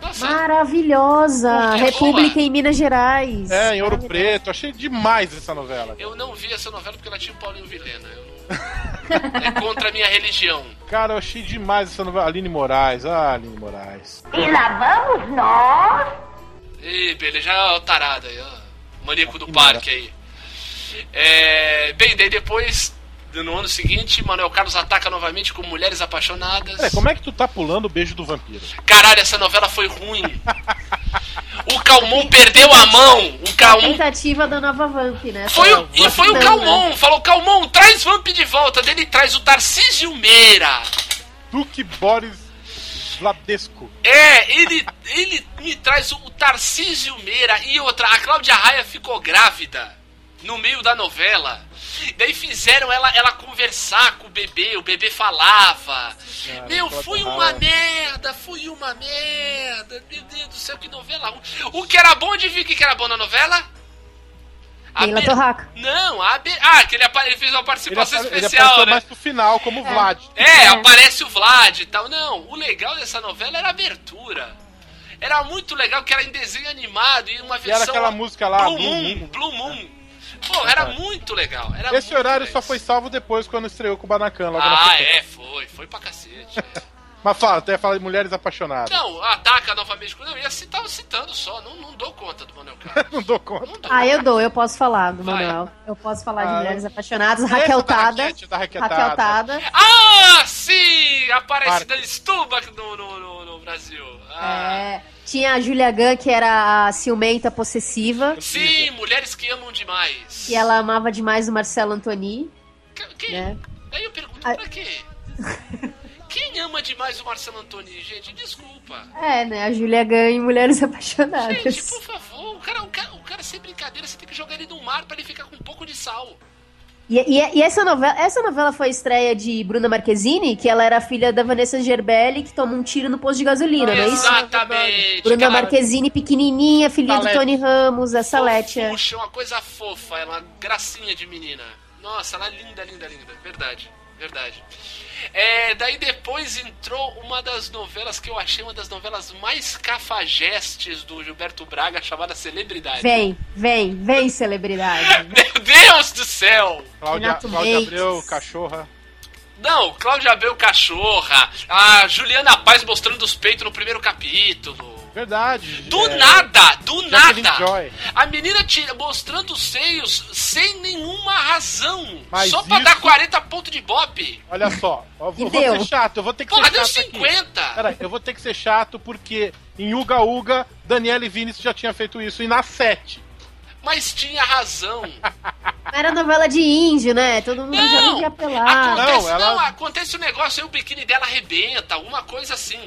Nossa, Maravilhosa! Porque é República boa. em Minas Gerais. É, em Ouro Maravilhosa. Preto. Achei demais essa novela. eu não vi essa novela porque ela tinha o Paulinho Vilena. Eu não... é contra a minha religião. Cara, eu achei demais essa novela. Aline Moraes. Ah, Aline Moraes. Ih, beleza, já é o tarado aí, ó. Maníaco do parque aí. É, bem, daí depois, no ano seguinte, Manuel Carlos ataca novamente com Mulheres Apaixonadas. Peraí, como é que tu tá pulando o beijo do vampiro? Caralho, essa novela foi ruim. O Calmon perdeu a mão. O A Calmon. tentativa da nova Vamp, né? um- Foi o, Essa e foi o vacilão, né? Calmon. Falou: Calmon, traz Vamp de volta. Dele traz o Tarcísio Meira. Duque Boris Vladesco. É, ele, ele me traz o Tarcísio Meira e outra. A Cláudia Raia ficou grávida no meio da novela. Daí fizeram ela, ela conversar com o bebê, o bebê falava. Meu, Cláudia foi uma Raia. merda, foi uma merda. Meu Deus do céu, que novela. ruim. O que era bom, adivinha o que era bom na novela? A Leila Be- Torraca. Não, a Be- Ah, que ele, apare... ele fez uma Ele, participação apare- ele especial, apareceu né? mais pro final, como Vlad. É, aparece o Vlad e tal. Não, o legal dessa novela era a abertura. Era muito legal que era em desenho animado e uma E versão. era aquela música lá, Blue, Blue Moon, Moon. É Blue Moon. Pô, era muito legal. Era Esse muito horário legal só foi né, salvo depois, quando estreou com o Banacan logo na Tá Ah, frente. é, foi. Foi pra cacete. é. Mas fala, até falar de mulheres apaixonadas. não, ataca novamente. Não, ia citar, citando só. Não, não dou conta do Manuel Carlos. *laughs* Não dou conta. Não dou. Ah, eu dou, eu posso falar do Vai. Manuel. Eu posso falar Ah, de Mulheres Apaixonadas, Raquel Essa da Tada. Raquete, da Raquetada. Raquel Tada. Ah, sim! Aparece Marta. da Stuba no, no, no, no Brasil. Ah. É, tinha a Julia Gunn, que era a ciumenta É. possessiva. Sim, mulheres que amam demais. E ela amava demais o Marcelo Antoni, Que- que- né? Aí eu pergunto, Ai. pra *laughs* quê? Quem ama demais o Marcelo Antoni, gente? Desculpa. É, né? A Julia Gunn e Mulheres *laughs* Apaixonadas. Gente, por favor, o cara, o, cara, o cara sem brincadeira, você tem que jogar ele no mar pra ele ficar com um pouco de sal. E, e- e essa, novela, essa novela foi a estreia de Bruna Marquezine, que ela era filha da Vanessa Gerbelli, que toma um tiro no posto de gasolina, não é isso? Exatamente. Bruna cara. Marquezine, pequenininha, filhinha do Salete. Tony Ramos, essa Letia. Puxa, é uma coisa fofa, ela é uma gracinha de menina. Nossa, ela é linda, linda, linda. Verdade, verdade. É, daí depois entrou uma das novelas que eu achei uma das novelas mais cafajestes do Gilberto Braga, chamada Celebridade. Vem, vem, vem, celebridade. Meu Deus do céu! Cláudia, Renato Cláudia Mendes. Abreu, cachorra. Não, Cláudia Abel Cachorra, a Juliana Paz mostrando os peitos no primeiro capítulo. Verdade. Do é, nada, do Jacqueline nada. Joy. A menina tira, mostrando os seios sem nenhuma razão. Mas só pra isso- dar 40 pontos de bope. Olha só, eu vou, vou E deu. ser chato, eu vou ter que Porra, ser deu chato aqui. 50. Peraí, eu vou ter que ser chato porque em Uga Uga, Daniela e Vinicius já tinha feito isso. E na 7. Mas tinha razão. Era novela de índio, né? Todo mundo já Não! vivia pelado. Acontece, Não, não, ela- acontece um negócio, aí o biquíni dela arrebenta, alguma coisa assim.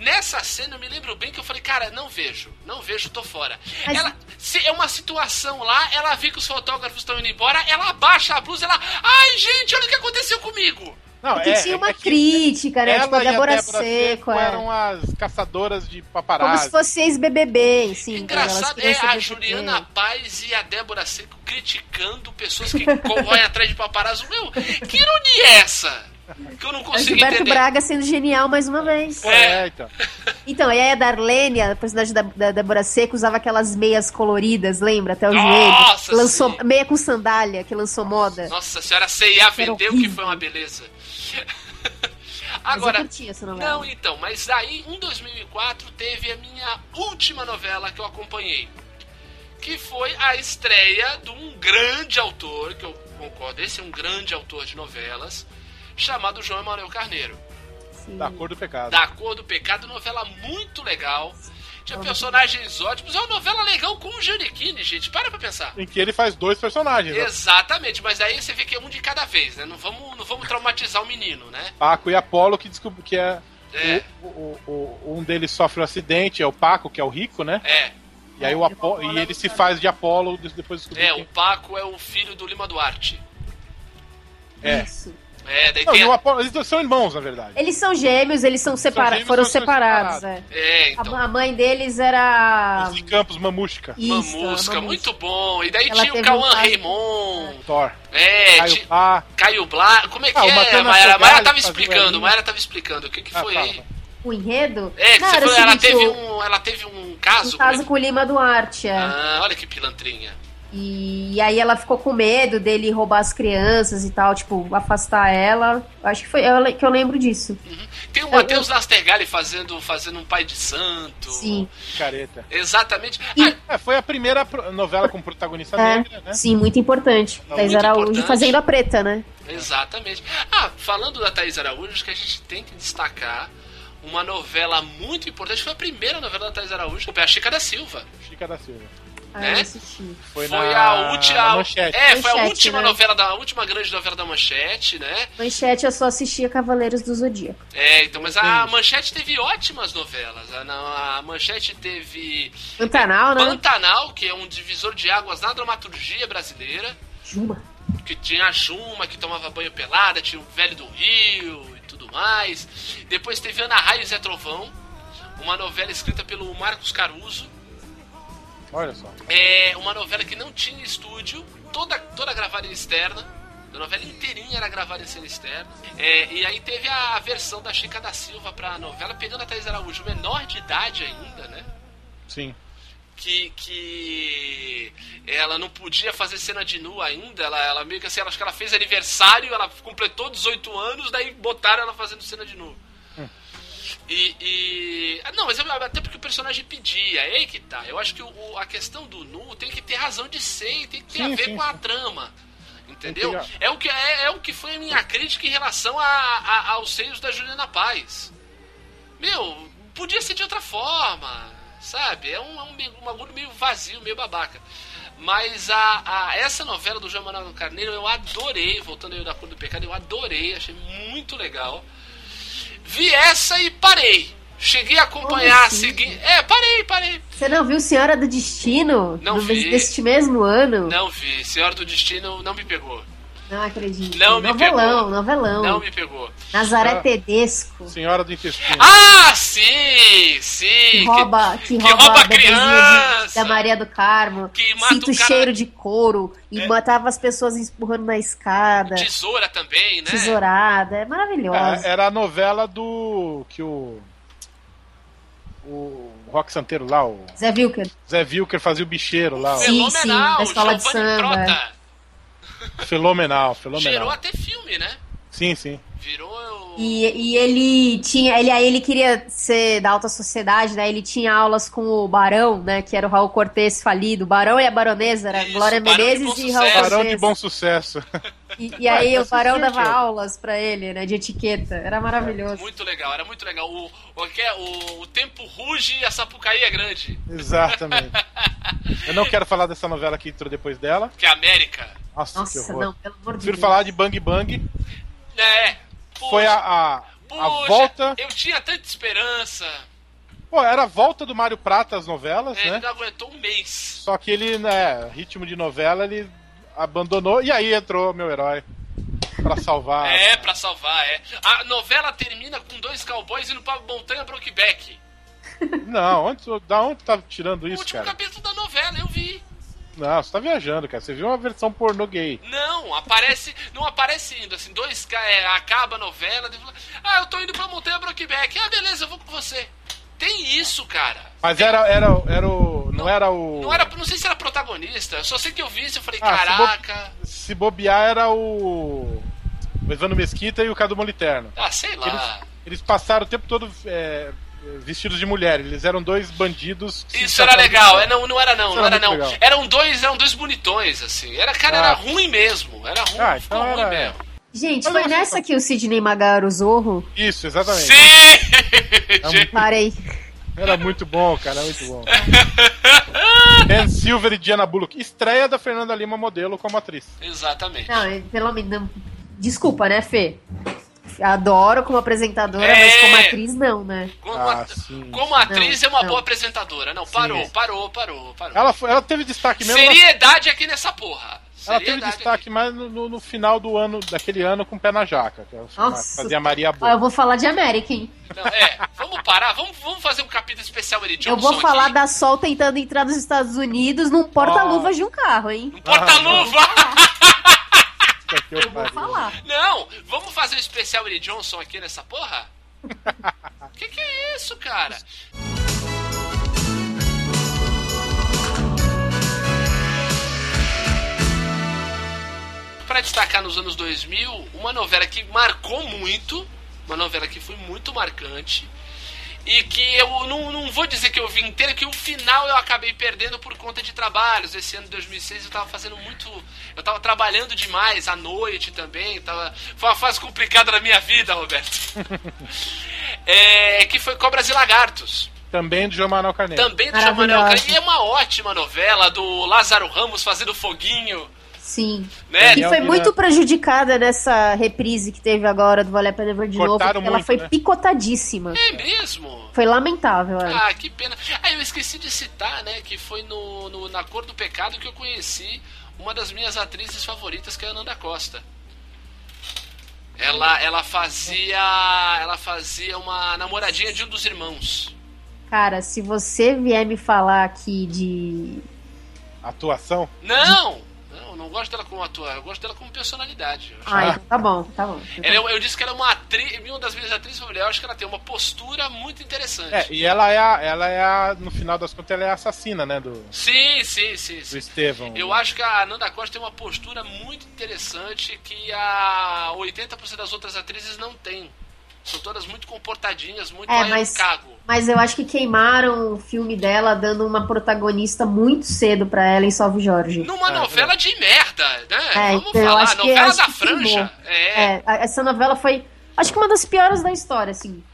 Nessa cena eu me lembro bem que eu falei, cara, não vejo, não vejo, tô fora. Mas- Ela, se é uma situação lá, ela vê que os fotógrafos estão indo embora, ela abaixa a blusa, ela. Ai, gente, olha o que aconteceu comigo! Não, Porque tinha uma é, que crítica, né? ela Tipo, a e a Débora Débora Seco, Seco é. eram as caçadoras de Como se paparazzi. fosse ex-BBB, assim. Engraçado né? é Elas a crianças BBB. Juliana Paz e a Débora Seco criticando pessoas que corroem atrás de paparazzo. Meu, que ironia é essa? Que eu não É o consigo Gilberto entender. Braga sendo genial mais uma vez. É, então. Então, e aí a Darlene, a personagem da, da Débora Seco, usava aquelas meias coloridas, lembra? Até o Nossa, joelho. Lançou, sim. meia com sandália, que lançou moda. Nossa senhora, a CIA vendeu que horrível. foi uma beleza. Mas eu Agora, curti essa novela. não, então, mas aí em 2004 teve a minha última novela que eu acompanhei, que foi a estreia de um grande autor, que eu concordo, esse é um grande autor de novelas, chamado João Emanuel Carneiro. Sim. Da cor do pecado. Da Cor do Pecado, novela muito legal. Tinha personagens ótimos, é uma novela legal com o Giannichini, gente, para pra pensar. Em que ele faz dois personagens, né? Exatamente, mas aí você vê que é um de cada vez, né? Não vamos, não vamos traumatizar o menino, né? Paco e Apolo, que descobriu que é. É. O, o- o- um deles sofre um acidente, é o Paco, que é o rico, né? É, E aí o Apo- é e ele se faz de Apolo, depois descobriu é, que- o Paco é o filho do Lima Duarte. É. Isso. É, daí Não, tem. e o a- Apolo- eles são irmãos, na verdade. Eles são gêmeos, eles são separa gêmeos, foram mas são separados. separados. é. É, A- então. A, mãe deles era. Os de Campos, Mamushka, Isso, Uma a música, Mamusca. muito bom. E daí Ela tinha o teve Cauã um pai- Raymond. Thor, É, Caio ti- Pá. Caio Blá. Como é que Ah, o é, Matana Mayara? A Fegali Mayara tava fazia explicando, ali. Mayara tava explicando. O que que Ah, foi fala. aí? O enredo? É, que Não, você era o falou, ela seguinte, teve o- um. Ela teve um caso. Um caso com o Lima Duarte, é. Ah, olha que pilantrinha. E, aí ela ficou com medo dele roubar as crianças e tal, tipo, afastar ela. Acho que foi ela que eu lembro disso. Tem o É, Eu- Matheus Nastergalli fazendo, fazendo um pai de santo. Sim. Careta. Exatamente. E- Ah, É, foi a primeira pro- novela com protagonista *laughs* É. negra, né? Sim, muito importante. Não, Thaís muito Araújo importante. fazendo a preta, né? Exatamente. Ah, falando da Thaís Araújo, acho que a gente tem que destacar uma novela muito importante. Foi a primeira novela da Thaís Araújo, foi a Chica da Silva. Chica da Silva. Ah, Né? eu assisti. Foi, Foi na- a na última. manchete. É, foi a Manchete, última né? novela da a última grande novela da Manchete, né? Manchete, eu só assistia Cavaleiros do Zodíaco. É, então, mas a Manchete teve ótimas novelas. A, na- a Manchete teve Pantanal, né? Pantanal, que é um divisor de águas na dramaturgia brasileira, Juma. que tinha a Juma, que tomava banho pelada, tinha o Velho do Rio e tudo mais. Depois teve Ana Raio e Zé Trovão, uma novela escrita pelo Marcos Caruso. Olha só. É uma novela que não tinha estúdio, toda, toda gravada em externa. A novela inteirinha era gravada em cena externa. É, e aí teve a versão da Chica da Silva pra novela, pegando a Thaís Araújo, menor de idade ainda, né? Sim. Que, que ela não podia fazer cena de nu ainda. Ela, ela meio que assim, ela, acho que ela fez aniversário, ela completou 18 anos, daí botaram ela fazendo cena de nu. Hum. E, e- ah, Não, mas eu- até porque o personagem pedia, é aí que tá. Eu acho que o- o- a questão do nu tem que ter razão de ser e tem que ter Sim, a ver sim, com a sim. trama. Entendeu? Tem que É o que, é, é o que foi a minha crítica em relação a, a- aos seios da Juliana Paz. Meu, podia ser de outra forma, sabe? É um, é um, meio- um bagulho meio vazio, meio babaca. Mas a, a- essa novela do João Manuel Carneiro eu adorei, voltando aí da cor do pecado, eu adorei, achei muito legal vi essa e parei. Cheguei a acompanhar, Como assim? segui. É, parei, parei. Você não viu Senhora do Destino? Não No- vi. Deste mesmo ano? Não vi. Senhora do Destino não me pegou. Não acredito. Não me novelão, pegou. novelão. Não me pegou. Nazaré Ah. Tedesco. Senhora do Intestino. Ah, sim, sim. Que rouba, que que rouba, rouba a bebezinha de- criança. da Maria do Carmo. Que mata Sinto o cara- É. cheiro de couro. E matava as pessoas empurrando na escada. Tesoura também, né? Tesourada. É Ah, maravilhosa. era a novela do. que o. O Rock Santeiro lá, o é Zé Wilker. Zé Vilker fazia o bicheiro lá. ó. Sim. Fenomenal. da escola de Giovanni samba. Prota. Fenomenal, Gerou fenomenal. até filme, né? Sim, sim. Virou. o- E, e ele tinha. Ele, aí ele queria ser da alta sociedade, né? Ele tinha aulas com o Barão, né? Que era o Raul Cortez falido. O Barão e a Baronesa, era Isso, Glória Barão de Menezes Bom e Raul Sucesso. Barão de Cortez. bom sucesso. E, *laughs* e aí Ah, o Barão assistiu, dava tio? aulas pra ele, né? De etiqueta. Era maravilhoso. Muito legal, era muito legal. O, o, que é? o, o tempo ruge e a sapucaí é grande. Exatamente. Eu não quero falar dessa novela que entrou depois dela. Que é a América. Nossa, que Nossa, horror. não, pelo amor de Prefiro Deus. falar de Bang Bang. É. Poxa, Foi a, a, a poxa, volta. Eu tinha tanta esperança. Pô, era a volta do Mário Prata às novelas, É, Ele né? não aguentou um mês. Só que ele, né, ritmo de novela, ele abandonou. E aí entrou meu herói. Pra salvar. é, pra salvar, é. A novela termina com dois cowboys indo pra Montanha Brokeback. Não, onde, da onde tá tirando O isso, último cara? capítulo da novela, eu vi. Não, você tá viajando, cara. Você viu uma versão pornô gay. Não, aparece. Não aparece indo, assim, dois. ca- é, acaba a novela. daí fala, Ah, eu tô indo pra Montanha Brokeback. Ah, beleza, eu vou com você. Tem isso, cara. Mas era, era, era o. Não, era o. Não era, não sei se era protagonista, eu só sei que eu vi isso e falei, Ah, se bo- caraca. Se bobear era o. O Evandro Mesquita e o Cadu Moliterno. Ah, sei lá. Eles, eles passaram o tempo todo é, vestidos de mulher. Eles eram dois bandidos. que Isso se era tratavam de legal, mulher. é, não, não era não, Isso não era era não. muito legal. Eram dois, eram dois bonitões, assim. Era, cara, Ah. era ruim mesmo. Era ruim, Ah, ficou então ruim era- mesmo. Gente, Mas foi eu acho nessa que o Sidney Magar o é Zorro. Isso, exatamente. Sim! *laughs* Gente, Parei. Era muito bom, cara, muito *laughs* bom. Ben Silver e Diana Bullock. Estreia da Fernanda Lima Modelo como atriz. Exatamente. Não, eu- pelo menos. não- Desculpa, né, Fê? Adoro como apresentadora, É. mas como atriz, não, né? Como, Ah, at- sim. como atriz Não, é uma não. boa apresentadora. Não, parou, Sim. parou, parou, parou. Ela, foi- ela teve destaque mesmo. Seriedade aqui nessa porra. Ela teve Seriedade destaque mais no, no- no final do ano, daquele ano, com o pé na jaca. Que ela Nossa. fazia Maria Ó, eu Boa. vou falar de American. Não, é, vamos parar, vamos, vamos fazer um capítulo especial Eric Eu Johnson. vou falar aqui. da Sol tentando entrar nos Estados Unidos num porta-luvas de um carro, hein? Um Ah, porta-luva! Puta que eu Vou pariu. falar. Não, vamos fazer um especial Eric Johnson aqui nessa porra? que que é isso, cara? Pra destacar nos anos 2000, uma novela que marcou muito, uma novela que foi muito marcante, e que eu não, não vou dizer que eu vi inteira, que o final eu acabei perdendo por conta de trabalhos. Esse ano de 2006 eu tava fazendo muito. Eu tava trabalhando demais à noite também. Tava, foi uma fase complicada da minha vida, Roberto. É, que foi Cobras e Lagartos. Também do João Manuel Carneiro. Também do Chamanel Maravilhosa. E é uma ótima novela do Lázaro Ramos fazendo foguinho, Sim. né? E Daniel foi Miranda. muito prejudicada nessa reprise que teve agora do Vale a Pena Ver de novo. Cortaram porque Ela muito, foi né? picotadíssima. É mesmo. Foi lamentável, é. Ah, que pena. Ah, eu esqueci de citar, né, que foi no, no- Na Cor do Pecado que eu conheci uma das minhas atrizes favoritas, que é a Ananda Costa. Ela, ela fazia. Ela fazia uma namoradinha de um dos irmãos. Cara, se você vier me falar aqui de. Atuação. Não! Não, eu não gosto dela como ator, eu gosto dela como personalidade. Eu acho- Ai, tá bom, tá bom. Ela Ah. é- eu disse que ela é uma atriz, uma das minhas atrizes favoritas, eu acho que ela tem uma postura muito interessante. É, e ela é a, ela é a, no final das contas, ela é a assassina, né, do, do Sim, sim, sim, sim. Estevão. Eu acho que a Nanda Costa tem uma postura muito interessante que a 80% das outras atrizes não tem. São todas muito comportadinhas, muito É, aí eu mas- cago. Mas eu acho que queimaram o filme dela dando uma protagonista muito cedo pra ela em Salve Jorge. Numa É, novela de merda, né? Ah, É, Vamos então eu falar, acho que- novela acho da que franja. É, É, a- essa novela foi. Acho que uma das piores da história, assim.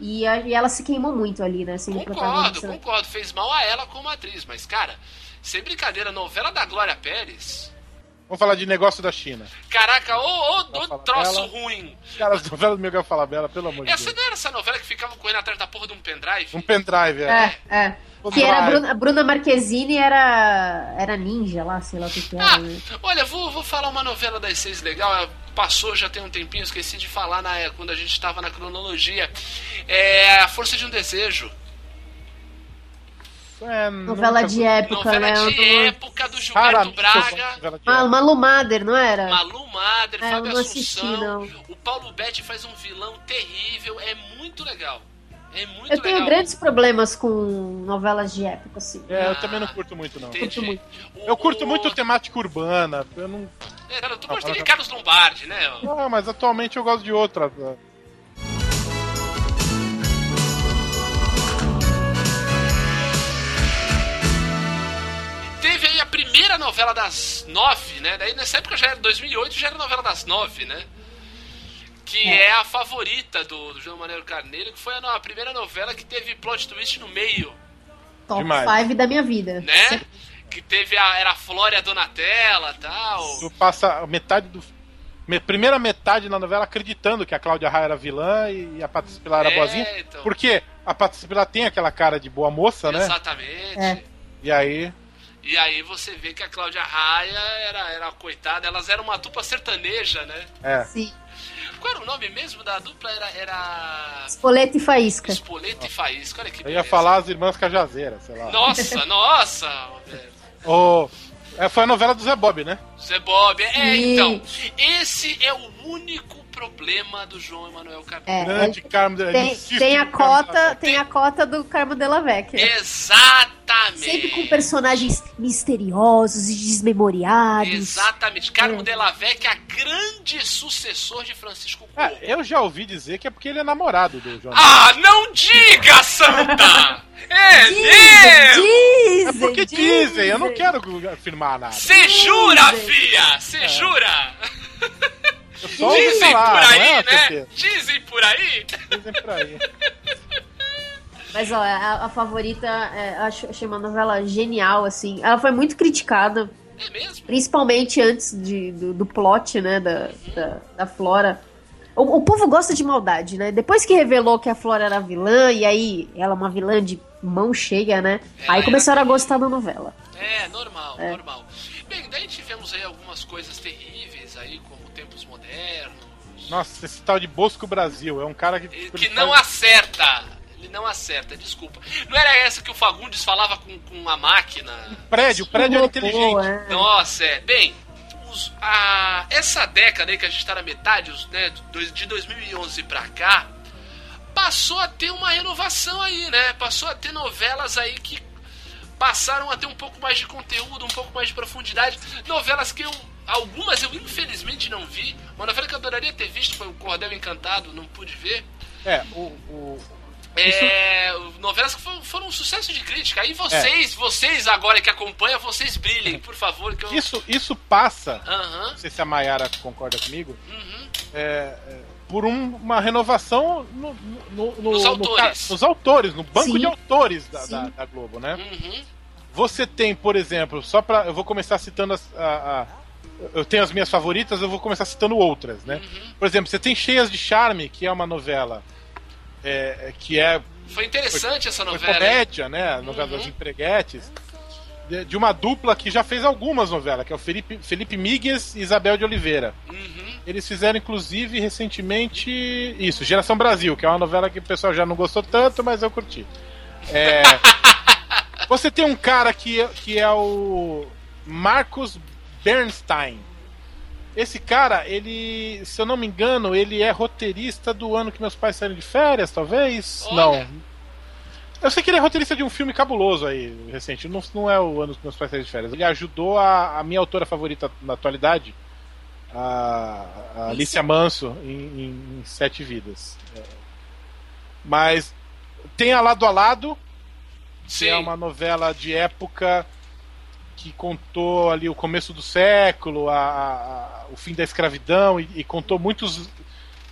E, a- e ela se queimou muito ali, né? Sem concordo, protagonista. concordo. Fez mal a ela como atriz, mas cara, sem brincadeira, novela da Glória Pérez. Vamos falar de negócio da China. Caraca, ô, ô do falar troço dela? ruim. Cara, as novelas do Miguel Falabella, pelo amor de Essa Deus. É, não era essa novela que ficava correndo atrás da porra de um pendrive? Um pendrive, é. É, é. Vamos Que era lá. a Bruna, a Bruna Marquezine era, era ninja lá, sei lá o que, que era. Ah, né? olha, vou, vou falar uma novela das seis legal. ela Passou já tem um tempinho, esqueci de falar na, é, quando a gente estava na cronologia. É A Força de um Desejo. É, Novela nunca- de época, novela né? de Eu não- época do Raramente Gilberto eu gosto de Braga. novela de Ah, época. Malu Mader, não era? Malu Mader, É, eu Fábio não assisti, Assunção. não. O Paulo Betti faz um vilão terrível. É muito legal. É muito Eu tenho legal. grandes problemas com novelas de época, assim. É, eu também não curto muito, não. Entendi. curto muito. O- Eu curto o- muito temática urbana. Eu não... É, cara, tu gosta fala, de cara. Carlos Lombardi, né? Ah, mas atualmente eu gosto de outra. Teve aí a primeira novela das nove, né? Daí nessa época já era 2008, já era novela das nove, né? Que é, a favorita do, do João Manuel Carneiro, que foi a, no- a primeira novela que teve plot twist no meio, Top Demais. 5 da minha vida. né? Que teve a. Era a Flória Donatella e tal. Tu passa metade do. me- Primeira metade da novela acreditando que a Cláudia Raia era vilã e a Patrícia Pilar era É, boazinha. então. Porque a Patrícia Pilar tem aquela cara de boa moça, né? Exatamente. É. E aí. E aí você vê que a Cláudia Raia era, era uma coitada, elas eram uma dupla sertaneja, né? É. Sim. Qual era o nome mesmo da dupla? Era. era... Espoleta e Faísca. Espoleta e Faísca, olha que Eu ia beleza. falar as irmãs Cajazeiras, sei lá. Nossa, nossa, Roberto. Ô, é, foi a novela do Zé Bob, né? Zé Bob. É, Sim. então. Esse é o único problema do João Emanuel Carneiro. É, Grande Carmo. Tem, tem a cota, tem a cota do Carmo Della Vecchia. É Exatamente. Sempre com personagens misteriosos e desmemoriados. Exatamente. Carmo É. Della Vecchia, grande sucessor de Francisco Cuco. É, eu já ouvi dizer que é porque ele é namorado do João. Ah, não diga, *laughs* Santa! É Dizem, mesmo! é dizem, porque dizem, eu não quero afirmar nada. Você jura, Dizem. fia? Você jura? Eu só ouvi Dizem falar, por não aí, é, né? Pepe? Dizem por aí. Dizem por aí. Mas ó, a, a favorita, é, acho, achei uma novela genial, assim. Ela foi muito criticada, É mesmo? principalmente antes de, do, do plot, né, da, da, da Flora. O, o povo gosta de maldade, né? Depois que revelou que a Flora era vilã, e aí ela é uma vilã de mão cheia, né? Ela Aí era começaram a vilã. gostar da novela. É, normal, normal. bem, daí tivemos aí algumas coisas terríveis aí, como tempos modernos. Nossa, esse tal de Bosco Brasil é um cara que. Ele- tipo, Que ele não faz- acerta. Ele não acerta, desculpa. Não era essa que o Fagundes falava com, com a máquina? Prédio, prédio era Robô, inteligente. é. Nossa, é. Bem, os- a- essa década aí que a gente tá na metade, os, né, dois- de 2011 pra cá, passou a ter uma renovação aí, né? Passou a ter novelas aí que passaram a ter um pouco mais de conteúdo, um pouco mais de profundidade. Novelas que eu. Algumas eu infelizmente não vi. Uma novela que eu adoraria ter visto foi o Cordel Encantado, não pude ver. É, o, o- É, novelas que foram, foram um sucesso de crítica. Aí vocês, vocês agora que acompanham, vocês brilhem, por favor. Que eu... isso, isso passa, Aham. não sei se a Mayara concorda comigo, uhum. é, é, por um- uma renovação no, no- no- Nos no autores. ca- nos autores, no banco Sim. de autores da, Sim. da- da Globo, né? Uhum. Você tem, por exemplo, só pra. Eu vou começar citando as. a- a- eu tenho as minhas favoritas, eu vou começar citando outras, né? Uhum. Por exemplo, você tem Cheias de Charme, que é uma novela é, é, que é Foi interessante essa foi novela. hein? Uhum. comédia, né? A novela das empreguetes. De, de uma dupla que já fez algumas novelas, que é o Felipe, Felipe Migues e Isabel de Oliveira. Uhum. Eles fizeram, inclusive, recentemente isso, Geração Brasil, que é uma novela que o pessoal já não gostou tanto, mas eu curti. É, você tem um cara que, que é o Marcos Bernstein. Esse cara, ele, se eu não me engano, ele é roteirista do ano que meus pais saíram de férias, talvez? Olha. Não. Eu sei que ele é roteirista de um filme cabuloso aí, recente. Não, não é o ano que meus pais saíram de férias. Ele ajudou a, a minha autora favorita na atualidade, a, a Alicia Manso, em, em- em Sete Vidas. É. Mas tem a Lado a Lado, que Sim. é uma novela de época que contou ali o começo do século, a- a- a- o fim da escravidão e, e contou muitos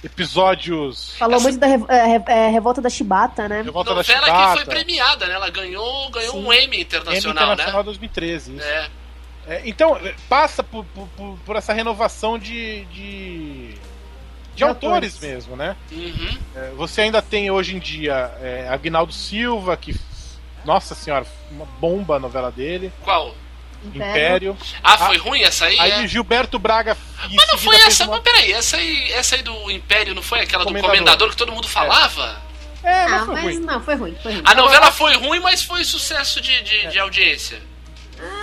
episódios. Falou Essa- muito da revo- é, re- é, revolta da Chibata, né? Revolta da novela Chibata, que foi premiada, né? Ela ganhou, ganhou Sim. um Emmy Emmy internacional, Internacional 2013. né? isso. É. É, então, é, passa por, por- por- por essa renovação de, de, de De autores autores. mesmo, né? Uhum. É, Você ainda tem hoje em dia é, Agnaldo Silva, que, nossa senhora, uma bomba a novela dele, Qual? Império. Ah, foi ruim essa aí? Aí é? Gilberto Braga. Mas não foi essa, mas peraí, essa aí, essa aí do Império não foi aquela Comendador. do Comendador que todo mundo falava? É, mas Ah, foi mas ruim. não, foi ruim, foi ruim. A novela foi ruim, mas foi sucesso de, É. de, de audiência.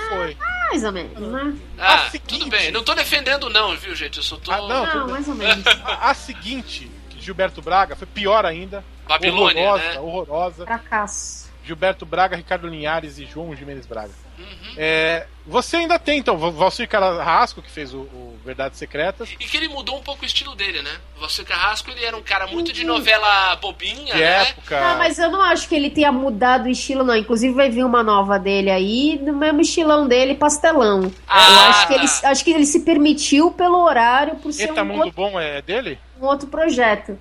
Foi. Mais ou menos, né? A Ah, é seguinte- tudo bem. Não tô defendendo, não, viu, gente? Eu só tô. Ah, não. Não, mais ou menos. A, a seguinte, que Gilberto Braga, foi pior ainda. Babilônia, horrorosa, né? horrorosa. um Fracasso. Gilberto Braga, Ricardo Linhares e João Jimenez Braga. Uhum. É, você ainda tem, então, Val- Valcir Carrasco, que fez o, o Verdades Secretas, E que ele mudou um pouco o estilo dele, né? Você Carrasco, ele era um cara muito de novela bobinha, de né? é época. Ah, mas eu não acho que ele tenha mudado o estilo, não. Inclusive vai vir uma nova dele aí, do mesmo estilão dele, pastelão. eu Ah, acho que, ele, tá. acho que ele se permitiu pelo horário, por ser Eta um Mundo outro, Bom é dele? um outro projeto. Hum.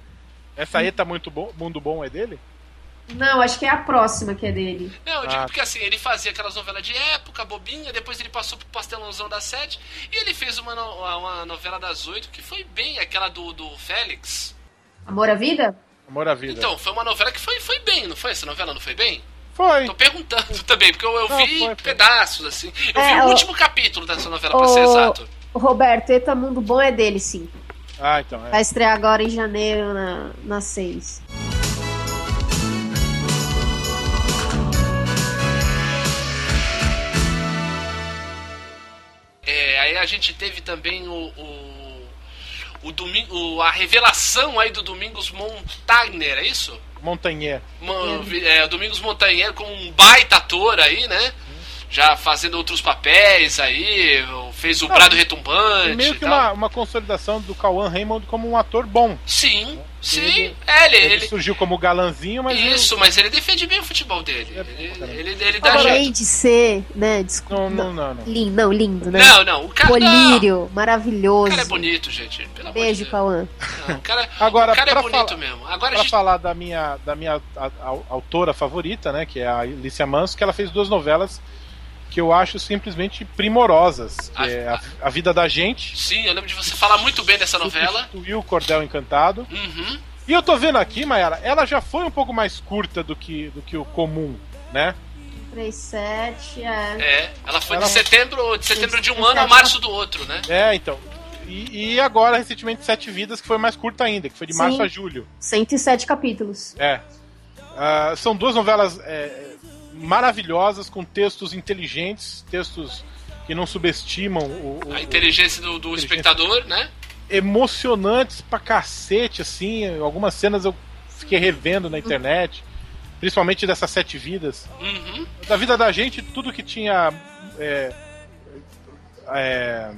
Essa Eta Muito Bom, Mundo Bom é dele? Não, acho que é a próxima que é dele. Não, eu digo Ah. porque assim, ele fazia aquelas novelas de época, bobinha, depois ele passou pro Pastelãozão da Sete, e ele fez uma, no- uma novela das oito, que foi bem aquela do, do Félix. Amor à Vida? Amor à Vida. Então, foi uma novela que foi, foi bem, não foi? Essa novela não foi bem? foi. Tô perguntando *laughs* também, porque eu, eu Não, vi foi, foi. pedaços, assim. Eu É, vi o o- último capítulo dessa novela, pra ser o- exato. O Roberto, Eta Mundo Bom é dele, sim. Ah, então. É. Vai estrear agora em janeiro na, na 6. É, aí a gente teve também o. o... o domingo, o- a revelação aí do Domingos Montagner, é isso? Montanhé. Mo- é, o Domingos Montanheiro com um baita ator aí, né? Já fazendo outros papéis aí, fez o Brado Retumbante Meio e que tal. uma, uma consolidação do Cauã Raymond como um ator bom. Sim, sim. Ele- é, ele, Ele, ele- surgiu como galanzinho, mas ele isso, mas ele defende bem o futebol dele. É bom, ele, cara. ele, ele dá Além jeito. de ser, né? não, Desculpa. não, não, não. Lindo, não, lindo, né? Não, não, o cara, não, Colírio, o maravilhoso. cara é bonito, gente. Pelo Beijo, amor Cauã. de Deus. Não, o cara, Agora, o cara é pra bonito falar- mesmo. Agora a Pra gente. falar da minha, da minha a- a- autora favorita, né, que é a Alicia Manso, que ela fez duas novelas que eu acho simplesmente primorosas, que Ah, é a, A Vida da Gente, Sim, eu lembro de você falar muito bem dessa novela. substituiu o Cordel Encantado. Uhum. E eu tô vendo aqui, Mayara, ela já foi um pouco mais curta do que, do que o comum, né? 37, é. É, ela foi Ela- de setembro, de setembro de um ano a março do outro, né? É, então. E, e agora, recentemente, Sete Vidas, que foi mais curta ainda, que foi de Sim. março a julho. 107 capítulos. É. Ah, são duas novelas é, maravilhosas, com textos inteligentes, textos que não subestimam o, o- A inteligência do, do Inteligência. espectador, né? emocionantes pra cacete, assim. Algumas cenas eu fiquei revendo na internet, principalmente dessas sete vidas. Uhum. Da vida da gente, tudo que tinha é, é,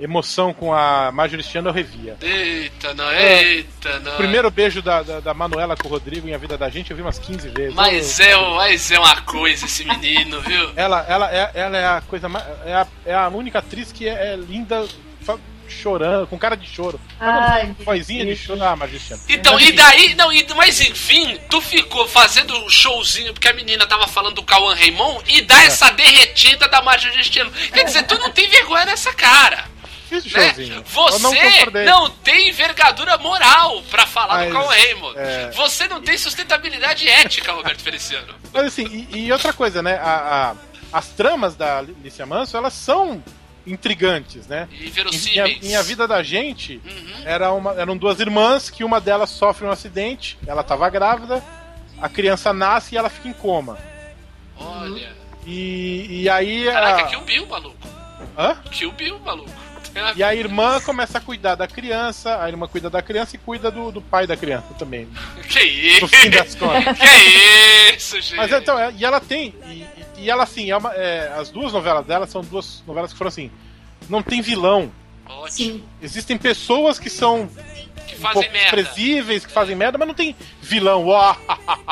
emoção com a Majoristiana eu revia. Eita, não, É. eita, não. O primeiro beijo da, da, da Manuela com o Rodrigo em A Vida da Gente eu vi umas 15 vezes. Mas é, mas é uma coisa esse menino, viu? Ela, ela, é, ela é a coisa mais. É a, é a única atriz que é, é linda fa- chorando, com cara de choro. Ai, Vozinha de choro. Ah, Majoristiana. Então, e daí, não, e, mas enfim, tu ficou fazendo um showzinho porque a menina tava falando do Cauã Raymond e É. dá essa derretida da margem de destino. Quer dizer, tu não tem vergonha nessa cara. Fiz o né? showzinho. Eu não Você concordei. não, tem envergadura moral pra falar Mas, do Cauã Raymond. é. Você não tem sustentabilidade ética, Roberto Feliciano. Mas assim, e, e outra coisa, né? A, a- as tramas da Alicia Manso, elas são intrigantes, né? E Em, em a, verossímeis. em A vida da gente, Uhum. era uma, eram duas irmãs que uma delas sofre um acidente, ela tava grávida, a criança nasce e ela fica em coma. Olha. E, e aí. Caraca, é a- Kill Bill, maluco. Hã? Kill Bill, maluco. Ah, E a irmã começa a cuidar da criança, a irmã cuida da criança e cuida do, do pai da criança também. Que é isso? *laughs* No fim das contas. Que isso, gente? Mas então, é- e ela tem. E, e ela assim, é uma- é, as duas novelas dela são duas novelas que foram assim. Não tem vilão. Ótimo. Sim. Existem pessoas que são Que um fazem pouco merda. desprezíveis, que fazem merda, mas não tem vilão. Ó,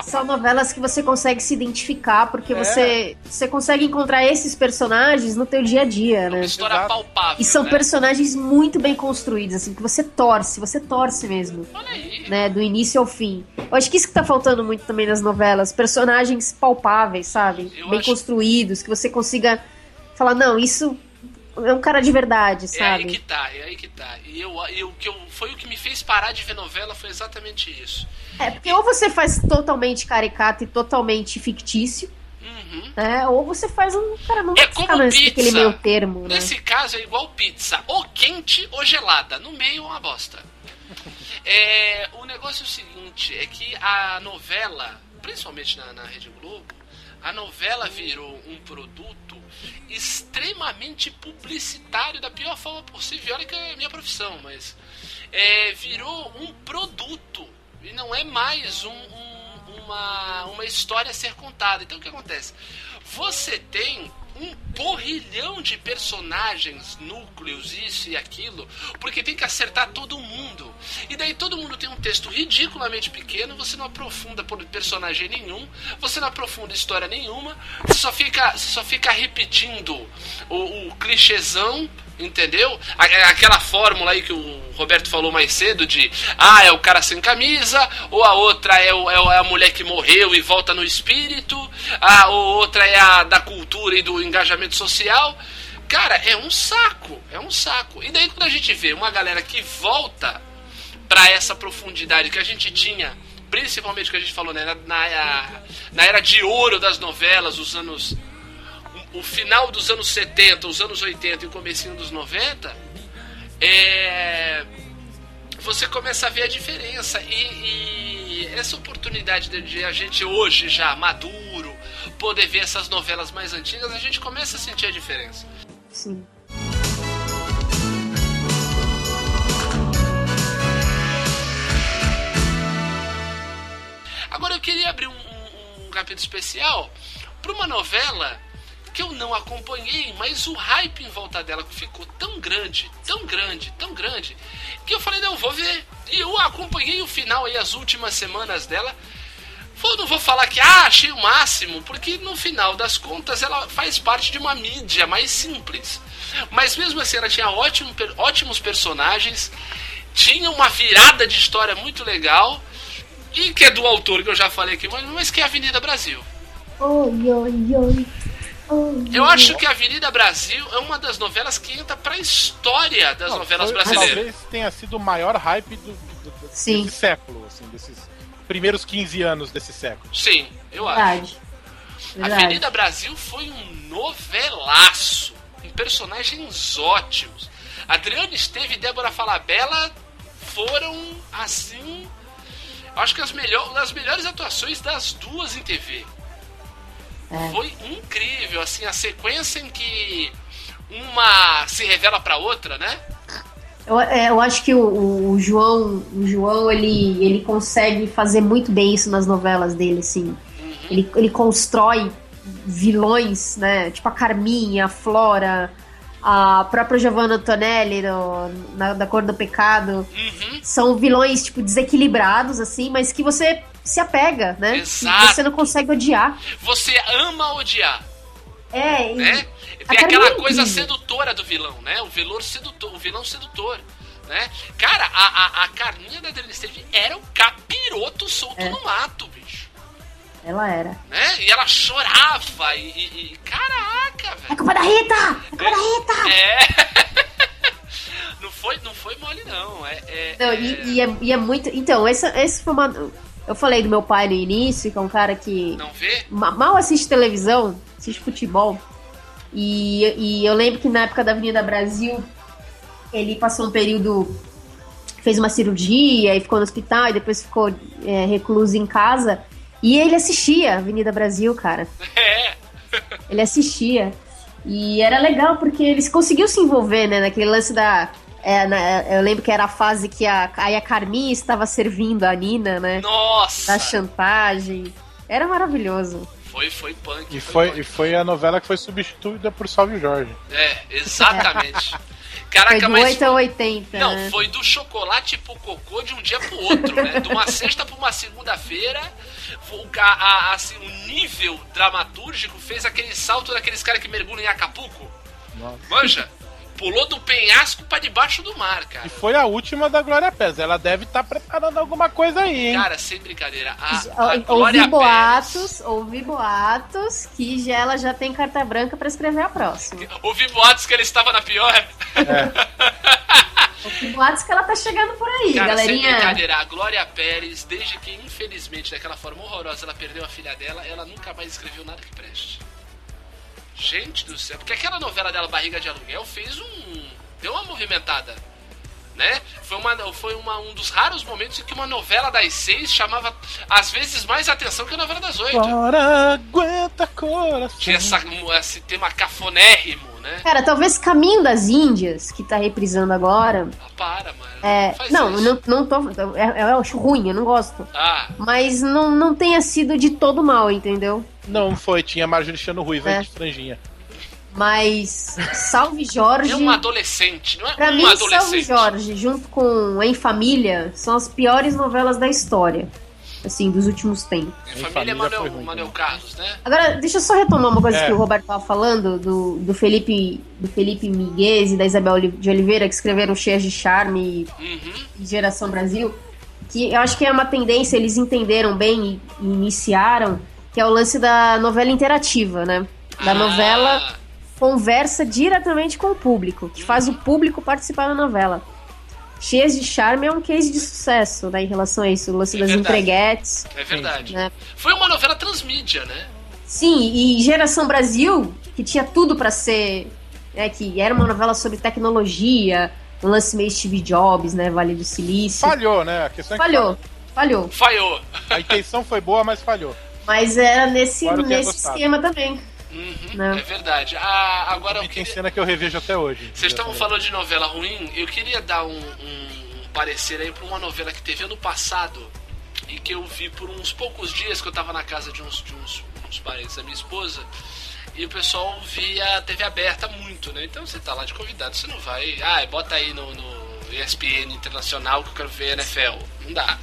São novelas que você consegue se identificar, porque É. você, você consegue encontrar esses personagens no teu dia a dia, É Uma né? história Exato. palpável. E são né? personagens muito bem construídos, assim, que você torce, você torce mesmo, Olha aí. né? Do início ao fim. Eu acho que isso que tá faltando muito também nas novelas. Personagens palpáveis, sabe? Eu bem acho- construídos, que você consiga falar, não, isso é um cara de verdade, É aí que sabe? tá, é aí que tá. E eu, eu, o que eu, foi o que me fez parar de ver novela, foi exatamente isso. É, porque ou você faz totalmente caricato e totalmente fictício, Uhum. né? Ou você faz um cara não É fica como nesse- naquele pizza. meio termo, né? Nesse caso é igual pizza, ou quente ou gelada, no meio é uma bosta. É, o negócio é o seguinte, é que a novela, principalmente na, na Rede Globo, a novela virou um produto extremamente publicitário da pior forma possível. Olha que é a minha profissão, mas é, virou um produto e não é mais um- um- uma, uma história a ser contada. Então o que acontece? Você tem um porrilhão de personagens, núcleos, isso e aquilo, porque tem que acertar todo mundo. E daí todo mundo tem um texto ridiculamente pequeno, você não aprofunda por personagem nenhum, você não aprofunda história nenhuma, você só fica, você só fica repetindo o, o clichêzão, entendeu? A- é Aquela fórmula aí que o Roberto falou mais cedo de ah, é o cara sem camisa, ou a outra é, o- é o- é a mulher que morreu e volta no espírito, a ou outra é a da cultura e do engajamento social. Cara, é um saco, é um saco. E daí quando a gente vê uma galera que volta para essa profundidade que a gente tinha, principalmente que a gente falou né, na, na, na era de ouro das novelas, os anos. o- O final dos anos 70, os anos 80 e o comecinho dos 90, é, você começa a ver a diferença. E, e essa oportunidade de, de a gente hoje já maduro poder ver essas novelas mais antigas, a gente começa a sentir a diferença. Sim. Agora eu queria abrir um, um- um capítulo especial para uma novela que eu não acompanhei, mas o hype em volta dela ficou tão grande, tão grande, tão grande, que eu falei, não, vou ver. E eu acompanhei o final aí, as últimas semanas dela. Vou- não vou falar que ah, achei o máximo, porque no final das contas ela faz parte de uma mídia mais simples. Mas mesmo assim ela tinha ótimo, per- ótimos personagens, tinha uma virada de história muito legal, e que é do autor que eu já falei aqui, mas, mas que é Avenida Brasil. Oi, oi, oi. Eu acho que Avenida Brasil é uma das novelas que entra pra história das novelas Foi- brasileiras. Talvez tenha sido o maior hype do, do- do- Sim. desse século, assim, desses primeiros 15 anos desse século. Sim, eu acho. Verdade. Verdade. Avenida Brasil foi um novelaço, com personagens ótimos. Adriana Esteve e Débora Falabella foram, assim, acho que as, melhor, as melhores atuações das duas em TV. Foi incrível, assim, a sequência em que uma se revela pra outra, né? Eu, é, eu acho que o- o, o João, o João ele, ele consegue fazer muito bem isso nas novelas dele, assim. Uhum. Ele, ele constrói vilões, né? Tipo a Carminha, a Flora, a própria Giovanna Antonelli do- na- da Cor do Pecado. Uhum. São vilões, tipo, desequilibrados, assim, mas que você se apega, né? Exato. Que você não consegue odiar. Você ama odiar, É, e- né? Tem Carmen aquela é coisa incrível. sedutora do vilão, né? O vilão sedutor, o vilão sedutor, né? Cara, a, a, a carninha da Adriana Esteve era um capiroto solto É. no mato, bicho. ela era. Né? E ela chorava e... e- e- caraca, É velho. culpa da Rita! É culpa da Rita! Não foi, não foi mole, não. É, é- Não, é- e, e é, e é muito. Então, esse, esse foi uma. Eu falei do meu pai no início, que é um cara que Não vê? ma- mal assiste televisão, assiste futebol. E, e eu lembro que na época da Avenida Brasil, ele passou um período. fez uma cirurgia e ficou no hospital, e depois ficou é, recluso em casa. E ele assistia Avenida Brasil, cara. É. Ele assistia. E era legal porque eles conseguiu se envolver, né? Naquele lance da. é, na- eu lembro que era a fase que a, aí a Carminha estava servindo a Nina, né? Nossa. Da chantagem. Era maravilhoso. Foi, foi punk. E foi, punk. e foi a novela que foi substituída por Salve Jorge. É, exatamente. *laughs* Foi Caraca, do mas. 8 a 80. Não, né? foi do chocolate pro cocô de um dia pro outro, né? De uma sexta pra uma segunda-feira. O, ca- a- a- assim, o nível dramatúrgico fez aquele salto daqueles caras que mergulham em Acapulco. Manja, pulou do penhasco pra debaixo do mar, E cara. foi a última da Glória Pérez. Ela deve estar preparando alguma coisa aí, hein? Cara, sem brincadeira. A, a Ou- Glória ouvi Pérez. boatos, ouvi boatos que já, ela já tem carta branca pra escrever a próxima. Ouvi boatos que ele estava na pior. Ouvi boatos que ela tá chegando por aí, Cara, sem galerinha. brincadeira, a Glória Pérez, desde que, infelizmente, daquela forma horrorosa, ela perdeu a filha dela, ela nunca mais escreveu nada que preste. Gente do céu, porque aquela novela dela, Barriga de Aluguel, fez um. deu uma movimentada. Né? Foi, uma, foi uma, um dos raros momentos em que uma novela das seis chamava, às vezes, mais atenção que a novela das oito. Agora aguenta coração. Tinha essa, esse tema cafonérrimo, né? Cara, talvez Caminho das Índias, que tá reprisando agora, Ah, para, mano. É, faz não, isso. não, não tô. é- é- Eu acho ruim, eu não gosto. Ah, Mas não, não tenha sido de todo mal, entendeu? Não foi, tinha Marjorie Chano Ruiz, É. de franjinha. Mas Salve Jorge. é um adolescente, não é Pra um mim, Salve adolescente. Jorge, junto com Em Família, são as piores novelas da história. Assim, dos últimos tempos. Minha Minha família família é foi Manuel, ruim, Manuel Carlos, né? Agora, deixa eu só retomar uma coisa É. que o Roberto tava falando, do, do Felipe do Felipe Miguez e da Isabel Oli- de Oliveira, que escreveram Cheias de Charme e Uhum. e Geração Brasil, que eu acho que é uma tendência, eles entenderam bem e, e iniciaram, que é o lance da novela interativa, né? Da Ah, novela conversa diretamente com o público, que faz o público participar da novela. Cheias de Charme é um case de sucesso, né, em relação a isso, o lance É das verdade. entreguetes, É verdade. né? Foi uma novela transmídia, né? Sim, e Geração Brasil, que tinha tudo pra ser, né, que era uma novela sobre tecnologia, um lance meio Steve Jobs, né, Vale do Silício. Falhou, né? A questão é que Falhou, falhou. Falhou. A intenção foi boa, mas falhou. Mas era nesse, Claro que é nesse gostado. esquema também. Uhum, Não. É verdade. Ah, agora eu E tem queria... cena que eu revejo até hoje. Vocês estavam falando de novela ruim, eu queria dar um, um- um parecer aí pra uma novela que teve ano passado e que eu vi por uns poucos dias que eu tava na casa de uns, de uns, uns parentes da minha esposa. E o pessoal via TV aberta muito, né? Então você tá lá de convidado, você não vai. Ah, bota aí no, no ESPN Internacional que eu quero ver NFL. Não dá.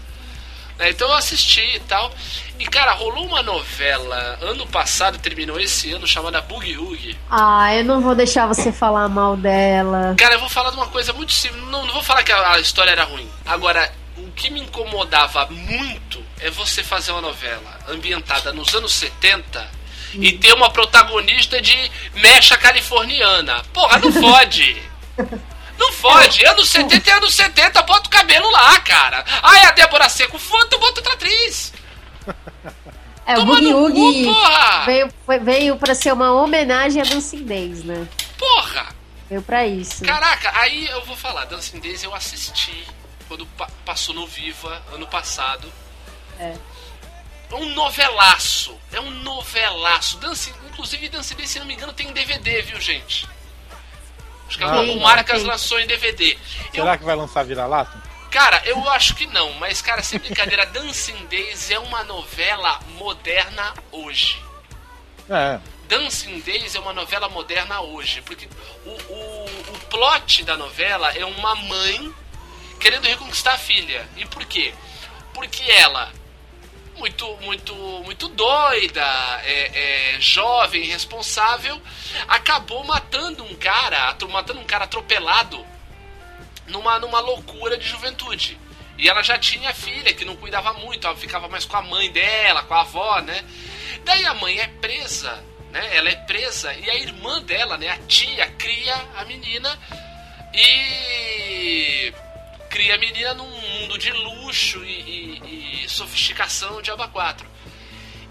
né? Então eu assisti e tal. E cara, rolou uma novela ano passado, terminou esse ano, chamada Boogie Woogie. Ah, eu não vou deixar você falar mal dela. Cara, eu vou falar de uma coisa muito simples. Não, não vou falar que a, a história era ruim. Agora, o que me incomodava muito é você fazer uma novela ambientada nos anos 70 e ter uma protagonista de mecha californiana. Porra, não *laughs* fode! Não fode! Anos 70 é anos 70, bota o cabelo lá, cara! Ah, é a Débora Seco, foda, bota outra atriz! É, o Toma Boogie no cu, Woogie porra! veio, foi- veio pra ser uma homenagem a Dancing Days, né? Porra! Veio pra isso. Caraca, aí eu vou falar, Dancing Days eu assisti quando pa- passou no Viva ano passado. É. É um novelaço, é um novelaço. Dancing, inclusive Dancing Days, se não me engano, tem um em DVD, viu, gente? Acho que Ah, o Marcas tem. lançou em DVD. Eu, Será que vai lançar vira-lata? cara, eu acho que não, mas cara, sem brincadeira, *laughs* Dancing Days é uma novela moderna hoje. É. Dancing Days é uma novela moderna hoje, porque o, o, o plot da novela é uma mãe querendo reconquistar a filha. E por quê? Porque ela, muito, muito, muito doida, é, é, jovem, responsável, acabou matando um cara, atro- matando um cara atropelado numa, numa loucura de juventude. E ela já tinha filha, que não cuidava muito, ela ficava mais com a mãe dela, com a avó, né? Daí a mãe é presa, né? Ela é presa e a irmã dela, né? A tia cria a menina e cria a menina num mundo de luxo e, e- e sofisticação de aba 4.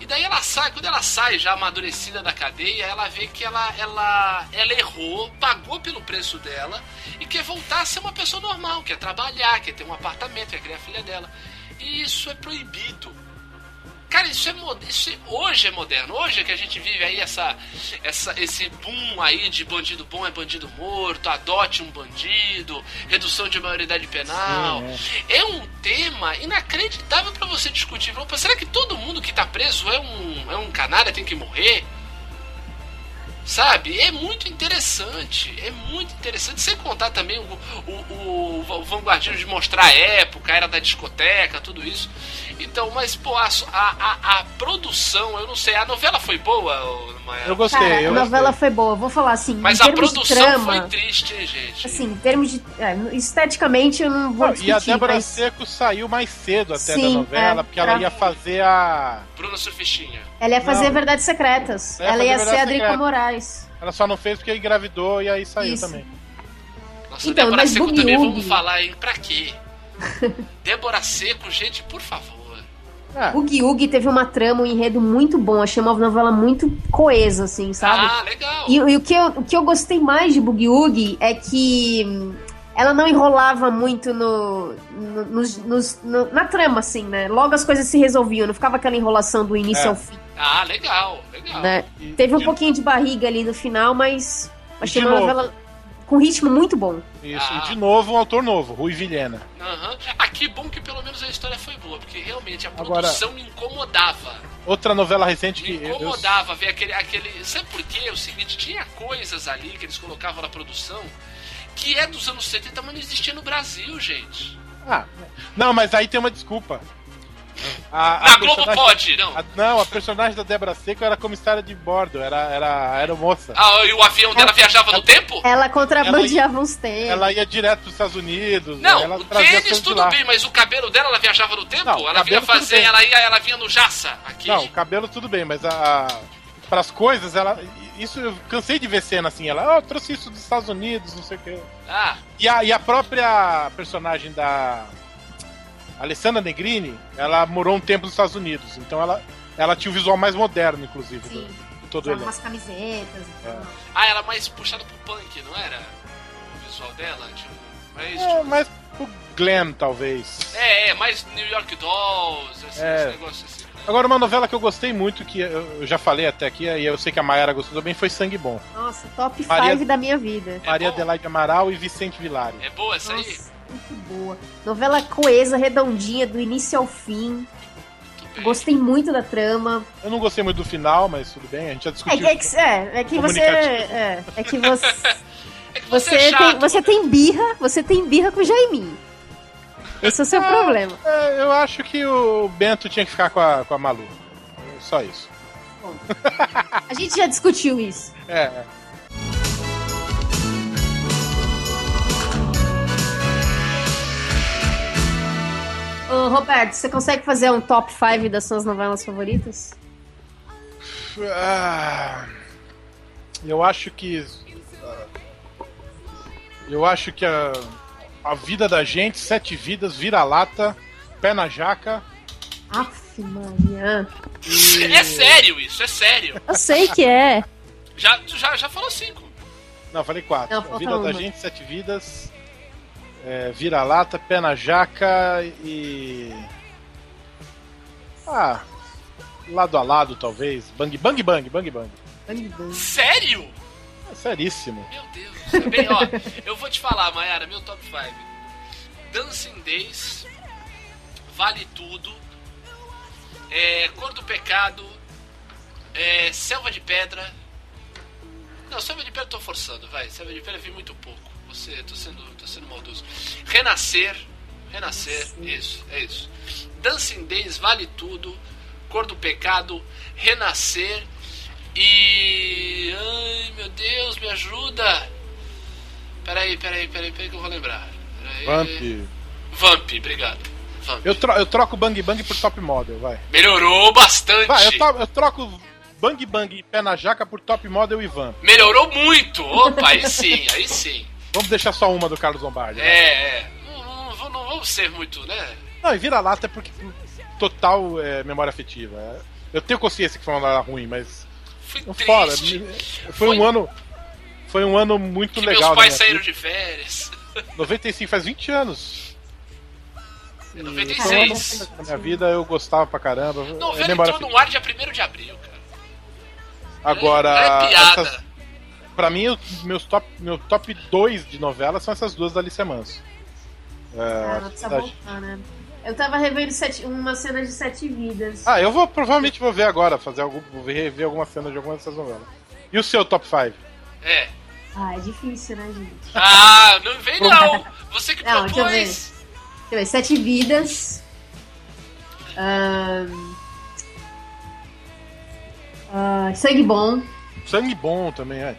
E daí ela sai, quando ela sai já amadurecida da cadeia, ela vê que ela, ela, ela errou, pagou pelo preço dela e quer voltar a ser uma pessoa normal, quer trabalhar, quer ter um apartamento, quer criar a filha dela. E isso é proibido. Cara, isso é mo- isso é- hoje é moderno. Hoje é que a gente vive aí essa, essa esse boom aí de bandido bom é bandido morto, adote um bandido, redução de maioridade penal. é. um tema inacreditável pra você discutir. Falou, "Pô, Será que todo mundo que tá preso é um é um canalha, tem que morrer? Sabe? É muito interessante. É muito interessante. Sem contar também o, o, o, o vanguardismo de mostrar a época, a era da discoteca, tudo isso. Então, mas, pô, a, a, a produção, eu não sei. A novela foi boa, ô, Maia? Eu gostei, Cara, eu a novela foi boa. Vou falar assim, mas em a termos produção de trama, foi triste, hein, gente? assim, em termos de... é, esteticamente, eu não vou Não, discutir, e a Débora mas- Seco saiu mais cedo até da Sim, novela, é, porque ela pra- ia fazer a. Bruna Surfistinha. Ela ia fazer Não. Verdades Secretas. Ela ia Ela ia fazer ser a Verdades Drica Secretas. Moraes. Ela só não fez porque engravidou e aí saiu Isso. também. Nossa, Então, Débora mas Seco Boogie também, vamos Woogie. falar, hein? Pra *laughs* quê? Débora Seco, gente, por favor. É. O Gyug teve uma trama, um enredo muito bom. Achei uma novela muito coesa, assim, sabe? Ah, legal. E, e o, que eu, o que eu gostei mais de Boogie Woogie é que hum, ela não enrolava muito no, no- nos- nos- no- na trama, assim, né? Logo as coisas se resolviam, não ficava aquela enrolação do início É. Ah, ao fim, Ah, legal, legal. né? E- Teve um e- pouquinho de barriga ali no final, mas achei de uma novo. novela com ritmo muito bom. Isso. Ah. E de novo um autor novo, Rui Vilhena. Aham. Ah, que bom que pelo menos a história foi boa, porque realmente a Agora- produção me incomodava. Outra novela recente Me que. eu- incomodava ver aquele, aquele. Sabe por quê? É o seguinte, tinha coisas ali que eles colocavam na produção que é dos anos 70, mas não existia no Brasil, gente. Ah, não, mas aí tem uma desculpa. A, Na a Globo personagem- pode, não. a- não, a personagem da Débora Seco era comissária de bordo, era, era aeromoça. Ah, e o avião dela viajava no tempo? Ela contrabandeava uns tempos. Ela ia direto para os Estados Unidos, Não, ela o trazia as tênis coisas de tudo lá. bem, mas o cabelo dela, ela viajava no tempo? Não, ela vinha cabelo tudo fazer, bem. ela ia, ela vinha no Jaça, aqui. Não, o cabelo tudo bem, mas a. Para as coisas, ela. Isso eu cansei de ver cena assim. Ela, ah, eu trouxe isso dos Estados Unidos, não sei o quê. Ah, E a, e a própria personagem da Alessandra Negrini, ela morou um tempo nos Estados Unidos. Então ela, ela tinha o visual mais moderno, inclusive, Sim. do- de todo usava ele. umas camisetas. e tal. É. ah, era mais puxada pro punk, não era? O visual dela, tipo, é isso, É, tipo, mas pro Glenn, talvez. É, é, mais New York Dolls, esse, É. esse negócio assim. né? Agora, uma novela que eu gostei muito, que eu eu já falei até aqui, e eu sei que a Mayara gostou também, foi Sangue Bom. Nossa, top 5 Maria- da minha vida. É Maria bom? Adelaide Amaral e Vicente Vilari. É boa essa aí? Nossa, muito boa. Novela coesa, redondinha, do início ao fim. Muito bem. Gostei muito da trama. Eu não gostei muito do final, mas tudo bem, a gente já É, discutiu. que- é que, é, é que você. Comunicativo. É, é *laughs* que você. É que você, Você, é chato. tem, você tem birra, você tem birra com o Jaiminho. Esse é o seu Ah. problema. É, eu acho que o Bento tinha que ficar com a, com a Malu. Só isso. A gente já discutiu isso. É, Ô, Roberto, você consegue fazer um top 5 das suas novelas favoritas? Ah, Eu acho que. ah, Eu acho que a, a vida da gente, sete vidas, vira-lata, pé na jaca, Aff, Maria. É sério isso, é sério. Eu sei que é. Já, tu já, já falou cinco. Não, falei quatro. Não, falta Vida da uma. gente, sete vidas. é, Vira-lata, pé na jaca e. Ah. Lado a lado, talvez. Bang, bang, bang, bang, bang. Sério? É seríssimo. Meu Deus. Bem, ó, eu vou te falar, Mayara, meu top 5. Dancing Days, Vale Tudo, é, Cor do Pecado, é, Selva de Pedra. Não, Selva de Pedra eu tô forçando, vai. Selva de Pedra eu vi muito pouco. Você, tô sendo, tô sendo maldoso. Renascer, Renascer, isso, é isso. Dancing Days, Vale Tudo, Cor do Pecado, Renascer e... Ai, meu Deus, me ajuda. Peraí, peraí, peraí, peraí que eu vou lembrar. Peraí. Vamp. Vamp, obrigado. Vamp. Eu, tro- eu troco Bang Bang por Top Model, vai. Melhorou bastante. Vai, eu, to- eu troco Bang Bang e Pé na Jaca por Top Model e Vamp. Melhorou muito. Opa, aí sim, *laughs* aí sim. Vamos deixar só uma do Carlos Lombardi. né? É, é. Não, não, não vou- não vamos ser muito, né? Não, e Vira-lata é porque total é, memória afetiva. É. Eu tenho consciência que foi uma hora ruim, mas Fui Não triste. Fora, me- foi, um Foi- ano. Foi um ano muito que legal. meus na pais minha saíram vida. de férias. 95 faz 20 anos. É Foi um ano 96. na minha vida eu gostava pra caramba. é Novela memória afetiva. entrou no ar dia 1 de abril, cara. Agora, É, é piada. essas- pra mim, os meus top, meu top 2 de novela são essas duas da Alicia Manso. É, Ah, precisa verdade. voltar, né? Eu tava revendo sete, uma cena de Sete Vidas. ah, eu vou provavelmente vou ver agora, fazer algum, vou ver- rever alguma cena de alguma dessas novelas. E o seu top 5? É. Ah, é difícil, né, gente? Ah, não vem não. Você que Não, deixa eu propôs. Deixa eu ver, Sete Vidas. Ahn. Ah, sangue Bom. Sangue Bom também, é.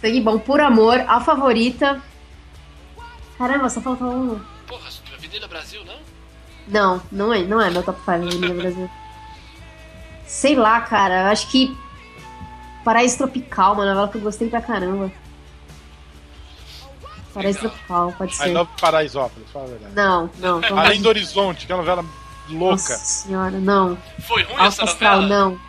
Sangue Bom por Amor. A Favorita. Caramba, só faltou uma. Porra, Avenida Brasil, não? Não, não é, não é meu top 5 Avenida Brasil. Sei lá, cara. eu Acho que Paraíso Tropical, é uma novela que eu gostei pra caramba. Paraíso Legal. Tropical, pode I ser. Love Paraisópolis, fala a verdade. Não, não. não. Além do Horizonte, que é uma novela louca. Nossa senhora, não. Foi ruim Alfa essa Astral, novela? não.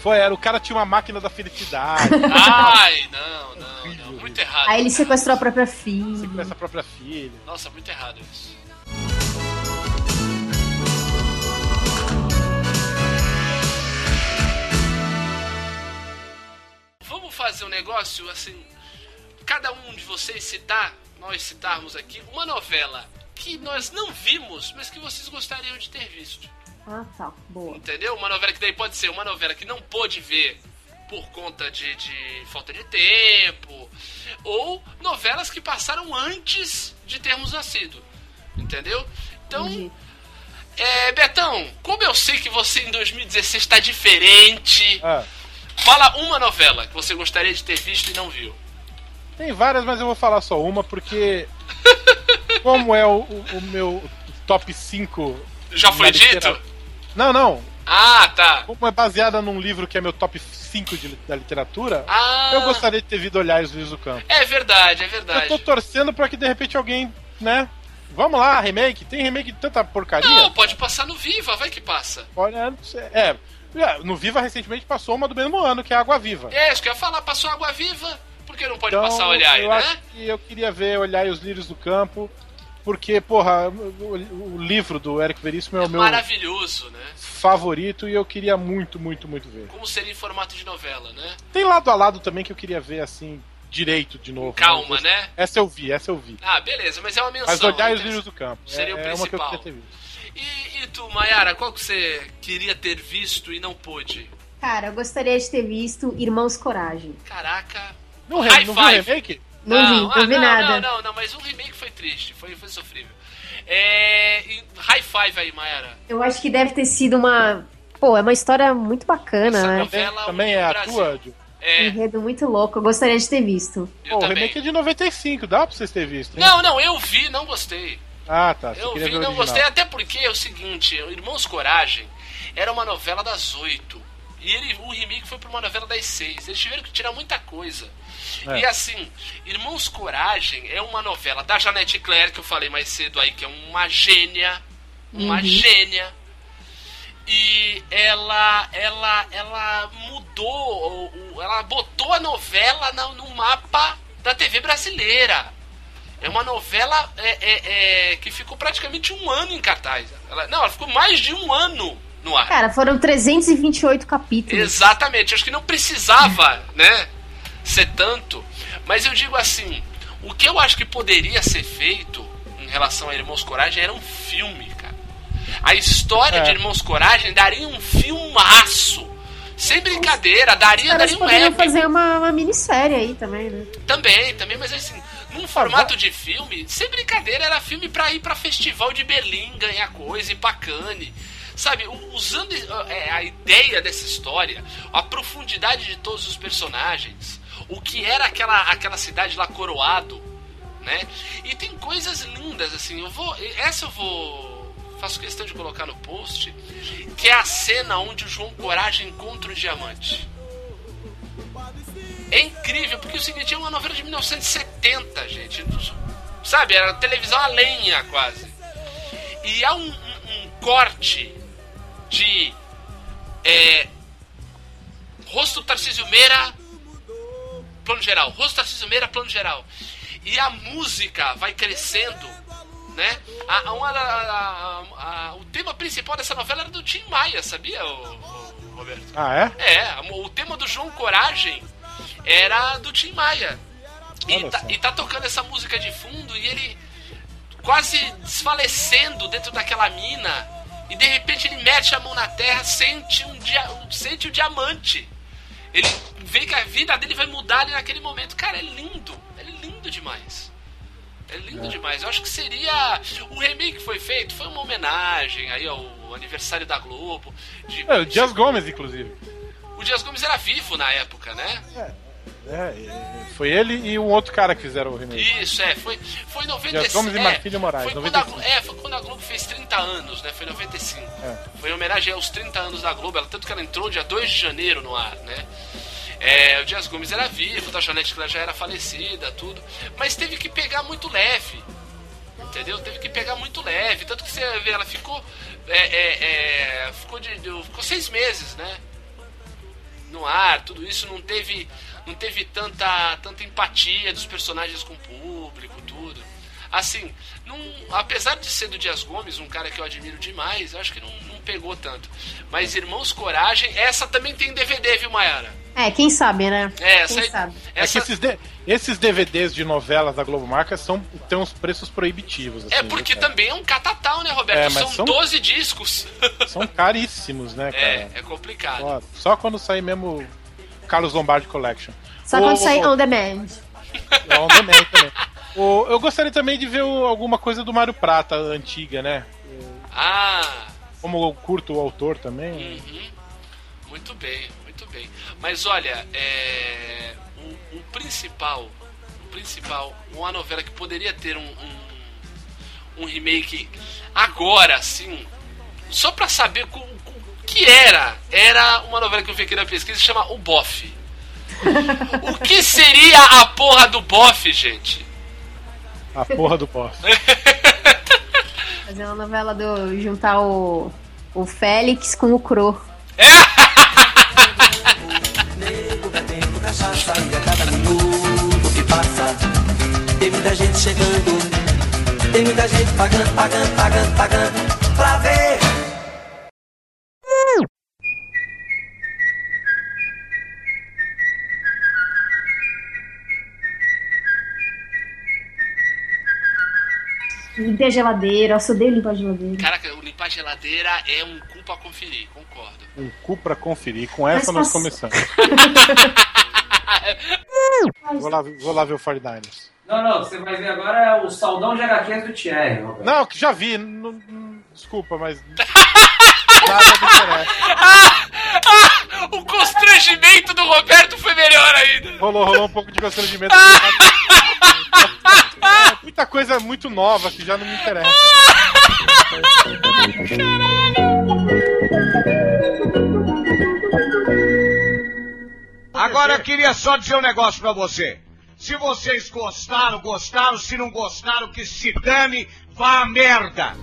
Foi, era, o cara tinha uma máquina da felicidade, Ai, não, não, não. Muito errado. Aí ele cara. sequestrou a própria filha. com essa própria filha. Nossa, muito errado isso. Vamos fazer um negócio assim. Cada um de vocês citar, nós citarmos aqui, uma novela que nós não vimos, mas que vocês gostariam de ter visto. Ah, tá. Boa. Entendeu? Uma novela que daí pode ser uma novela que não pôde ver por conta de, de falta de tempo. Ou novelas que passaram antes de termos nascido. Entendeu? Então, Entendi. é, Betão, como eu sei que você em 2016 tá diferente, Ah, fala uma novela que você gostaria de ter visto e não viu. tem várias, mas eu vou falar só uma, porque *laughs* como é o, o- o meu top 5... Já foi Mariqueira- dito? Não, não. Ah, tá. Como é baseada num livro que é meu top 5 de, da literatura, Ah, eu gostaria de ter vindo olhar os Luiz do Campo. É verdade, é Eu verdade. tô torcendo pra que de repente alguém, né... Vamos lá, remake. Tem remake de tanta porcaria? Não, pode passar no Viva, vai que passa. Olha, não sei. é... é, No Viva recentemente passou uma do mesmo ano, que é Água Viva. É, isso que eu ia falar, passou água viva, por que não pode Então, passar olhar aí, eu né? acho que eu queria ver olhar os lírios do campo, porque, porra, o, o livro do Érico Veríssimo é, o meu Maravilhoso, né? favorito e eu queria muito, muito, muito ver. Como seria em formato de novela, né? Tem lado a lado também que eu queria ver, assim, direito de novo. Calma, Eu- né? Essa eu vi, essa eu vi. Ah, beleza, mas é uma menção. Mas olhar né? os lírios do campo. é- Seria o é, uma que eu principal. queria ter visto. E, e tu, Mayara, qual que você queria ter visto e não pôde? Cara, eu gostaria de ter visto Irmãos Coragem. Caraca. Não, re- High não viu o five. remake? Não, vi, não ah, vi não, Não, nada. não, não, mas o remake foi triste, foi, foi sofrível. É. e High five aí, Mayara. Eu acho que deve ter sido uma. Pô, é uma história muito bacana, Essa né? Também, Novela também é do a Brasil. tua, Gil? Um É, enredo muito louco. Eu gostaria de ter visto. eu Pô, o também. remake é de 95, dá pra vocês terem visto, hein? Não, não, eu vi, não gostei. Ah, tá. Você Eu queria vi, ver o não original. gostei, até porque é o seguinte, Irmãos Coragem era uma novela das oito. E ele, o remake foi pra uma novela das seis. Eles tiveram que tirar muita coisa. É. E assim, Irmãos Coragem é uma novela da Janete Claire, que eu falei mais cedo aí, que é uma gênia. Uma gênia. E ela, ela, ela mudou, o- o- ela botou a novela na- no mapa da TV brasileira. É uma novela é, é, é, que ficou praticamente um ano em cartaz. Ela- não, ela ficou mais de um ano no ar. Cara, foram 328 capítulos. Exatamente, acho que não precisava, né, ser tanto. Mas eu digo assim, o que eu acho que poderia ser feito em relação a Irmãos Coragem era um filme, cara. A história É. de Irmãos Coragem daria um filmaço. Sem brincadeira, daria, Eles daria um poderiam épico. fazer uma, uma minissérie aí também, né? Também, também, mas assim, num formato de filme, sem brincadeira, era filme pra ir pra festival de Berlim, ganhar coisa e bacane. Sabe, u- usando é, a ideia dessa história, a profundidade de todos os personagens, o que era aquela, aquela cidade lá coroado, né? E tem coisas lindas, assim, eu vou. Essa eu vou. Faço questão de colocar no post, que é a cena onde o João Coragem encontra o diamante. É incrível, porque o seguinte, é uma novela de 1970, gente. Sabe, era televisão a lenha, quase. E há um, um- um corte de é, rosto Tarcísio Meira, plano geral. Rosto Tarcísio Meira, plano geral. E a música vai crescendo, né? A- a- uma da- a- a- a- o tema principal dessa novela era do Tim Maia, sabia, ô- ô- Roberto? Ah, é? É, o tema do João Coragem era do Tim Maia. E Olha tá, só. e tá tocando essa música de fundo e ele quase desfalecendo dentro daquela mina. E de repente ele mete a mão na terra, sente um dia, um- sente o diamante. Ele vê que a vida dele vai mudar ali naquele momento. Cara, é lindo. É lindo demais. É lindo demais. Eu acho que seria. O remake que foi feito foi uma homenagem aí ao aniversário da Globo. de- É, o Dias Gomes, inclusive. o Dias Gomes era vivo na época, né? É, é, foi ele e um outro cara que fizeram o remake. Isso, é. Foi, foi em 95. Dias Gomes e é, Marcílio Moraes, Foi quando, a, 95. Glo- é, foi quando a Globo fez 30 anos, né? Foi em 95. É. Foi em homenagem aos 30 anos da Globo. Ela, tanto que ela entrou dia 2 de janeiro no ar, né? É, o Dias Gomes era vivo, a Janete Claire já era falecida, tudo. Mas teve que pegar muito leve. Entendeu? Teve que pegar muito leve. Tanto que você vê, ela ficou. é, é, é, ficou, de, de- ficou seis meses, né? no ar, tudo isso não teve não teve tanta tanta empatia dos personagens com o público, tudo. Assim, não, apesar de ser do Dias Gomes, um cara que eu admiro demais, eu acho que não, não pegou tanto. Mas Irmãos Coragem, essa também tem DVD, viu, Mayara? É, quem sabe, né? É, essa, quem aí- sabe. É essa que esses, de- esses DVDs de novelas da Globo Marca são, têm uns preços proibitivos. é assim, porque viu, cara? também é um catatal, né, Roberto? É, mas são, são- 12 discos. São caríssimos, né, cara? tá- é, é complicado. Ó, Só quando sair mesmo Carlos Lombardi Collection. Só Ô, quando sair ô, on demand. é on demand também. Ô, eu gostaria também de ver o- alguma coisa do Mário Prata antiga, né? Ah, Como eu curto o autor também. Uhum. Muito bem, muito bem. Mas olha, é, o, o principal, o principal, uma novela que poderia ter um, um, um remake agora, assim, só pra saber co- co- o que era, era uma novela que eu vi aqui na pesquisa, chama O Bofe. o que seria a porra do Bofe, gente? *laughs* A porra do boss. Fazer uma novela do. juntar o. o Félix com o Cro. Nego, vai tendo cachaça e a cada minuto que passa tem muita gente chegando, tem muita gente pagando, pagando, pagando, pagando pra ver. Limpei a geladeira, eu odeio limpar a geladeira. Caraca, o limpar a geladeira é um cu pra conferir, concordo. Um cu pra conferir. Com essa Mas nós tá- começamos. *laughs* vou, lá, vou lá ver o 49ers. Não, não, você vai ver agora é o saudão de HQs do Thierry, Roberto. Não, que já vi. não- não- desculpa, mas. *laughs* Nada me interessa. Ah, O constrangimento do Roberto foi melhor ainda. Rolou, rolou um pouco de constrangimento. É, Muita coisa muito nova que já não me interessa. Agora eu queria só dizer um negócio pra você. Se vocês gostaram, gostaram. Se não gostaram, que se dane, vá à merda.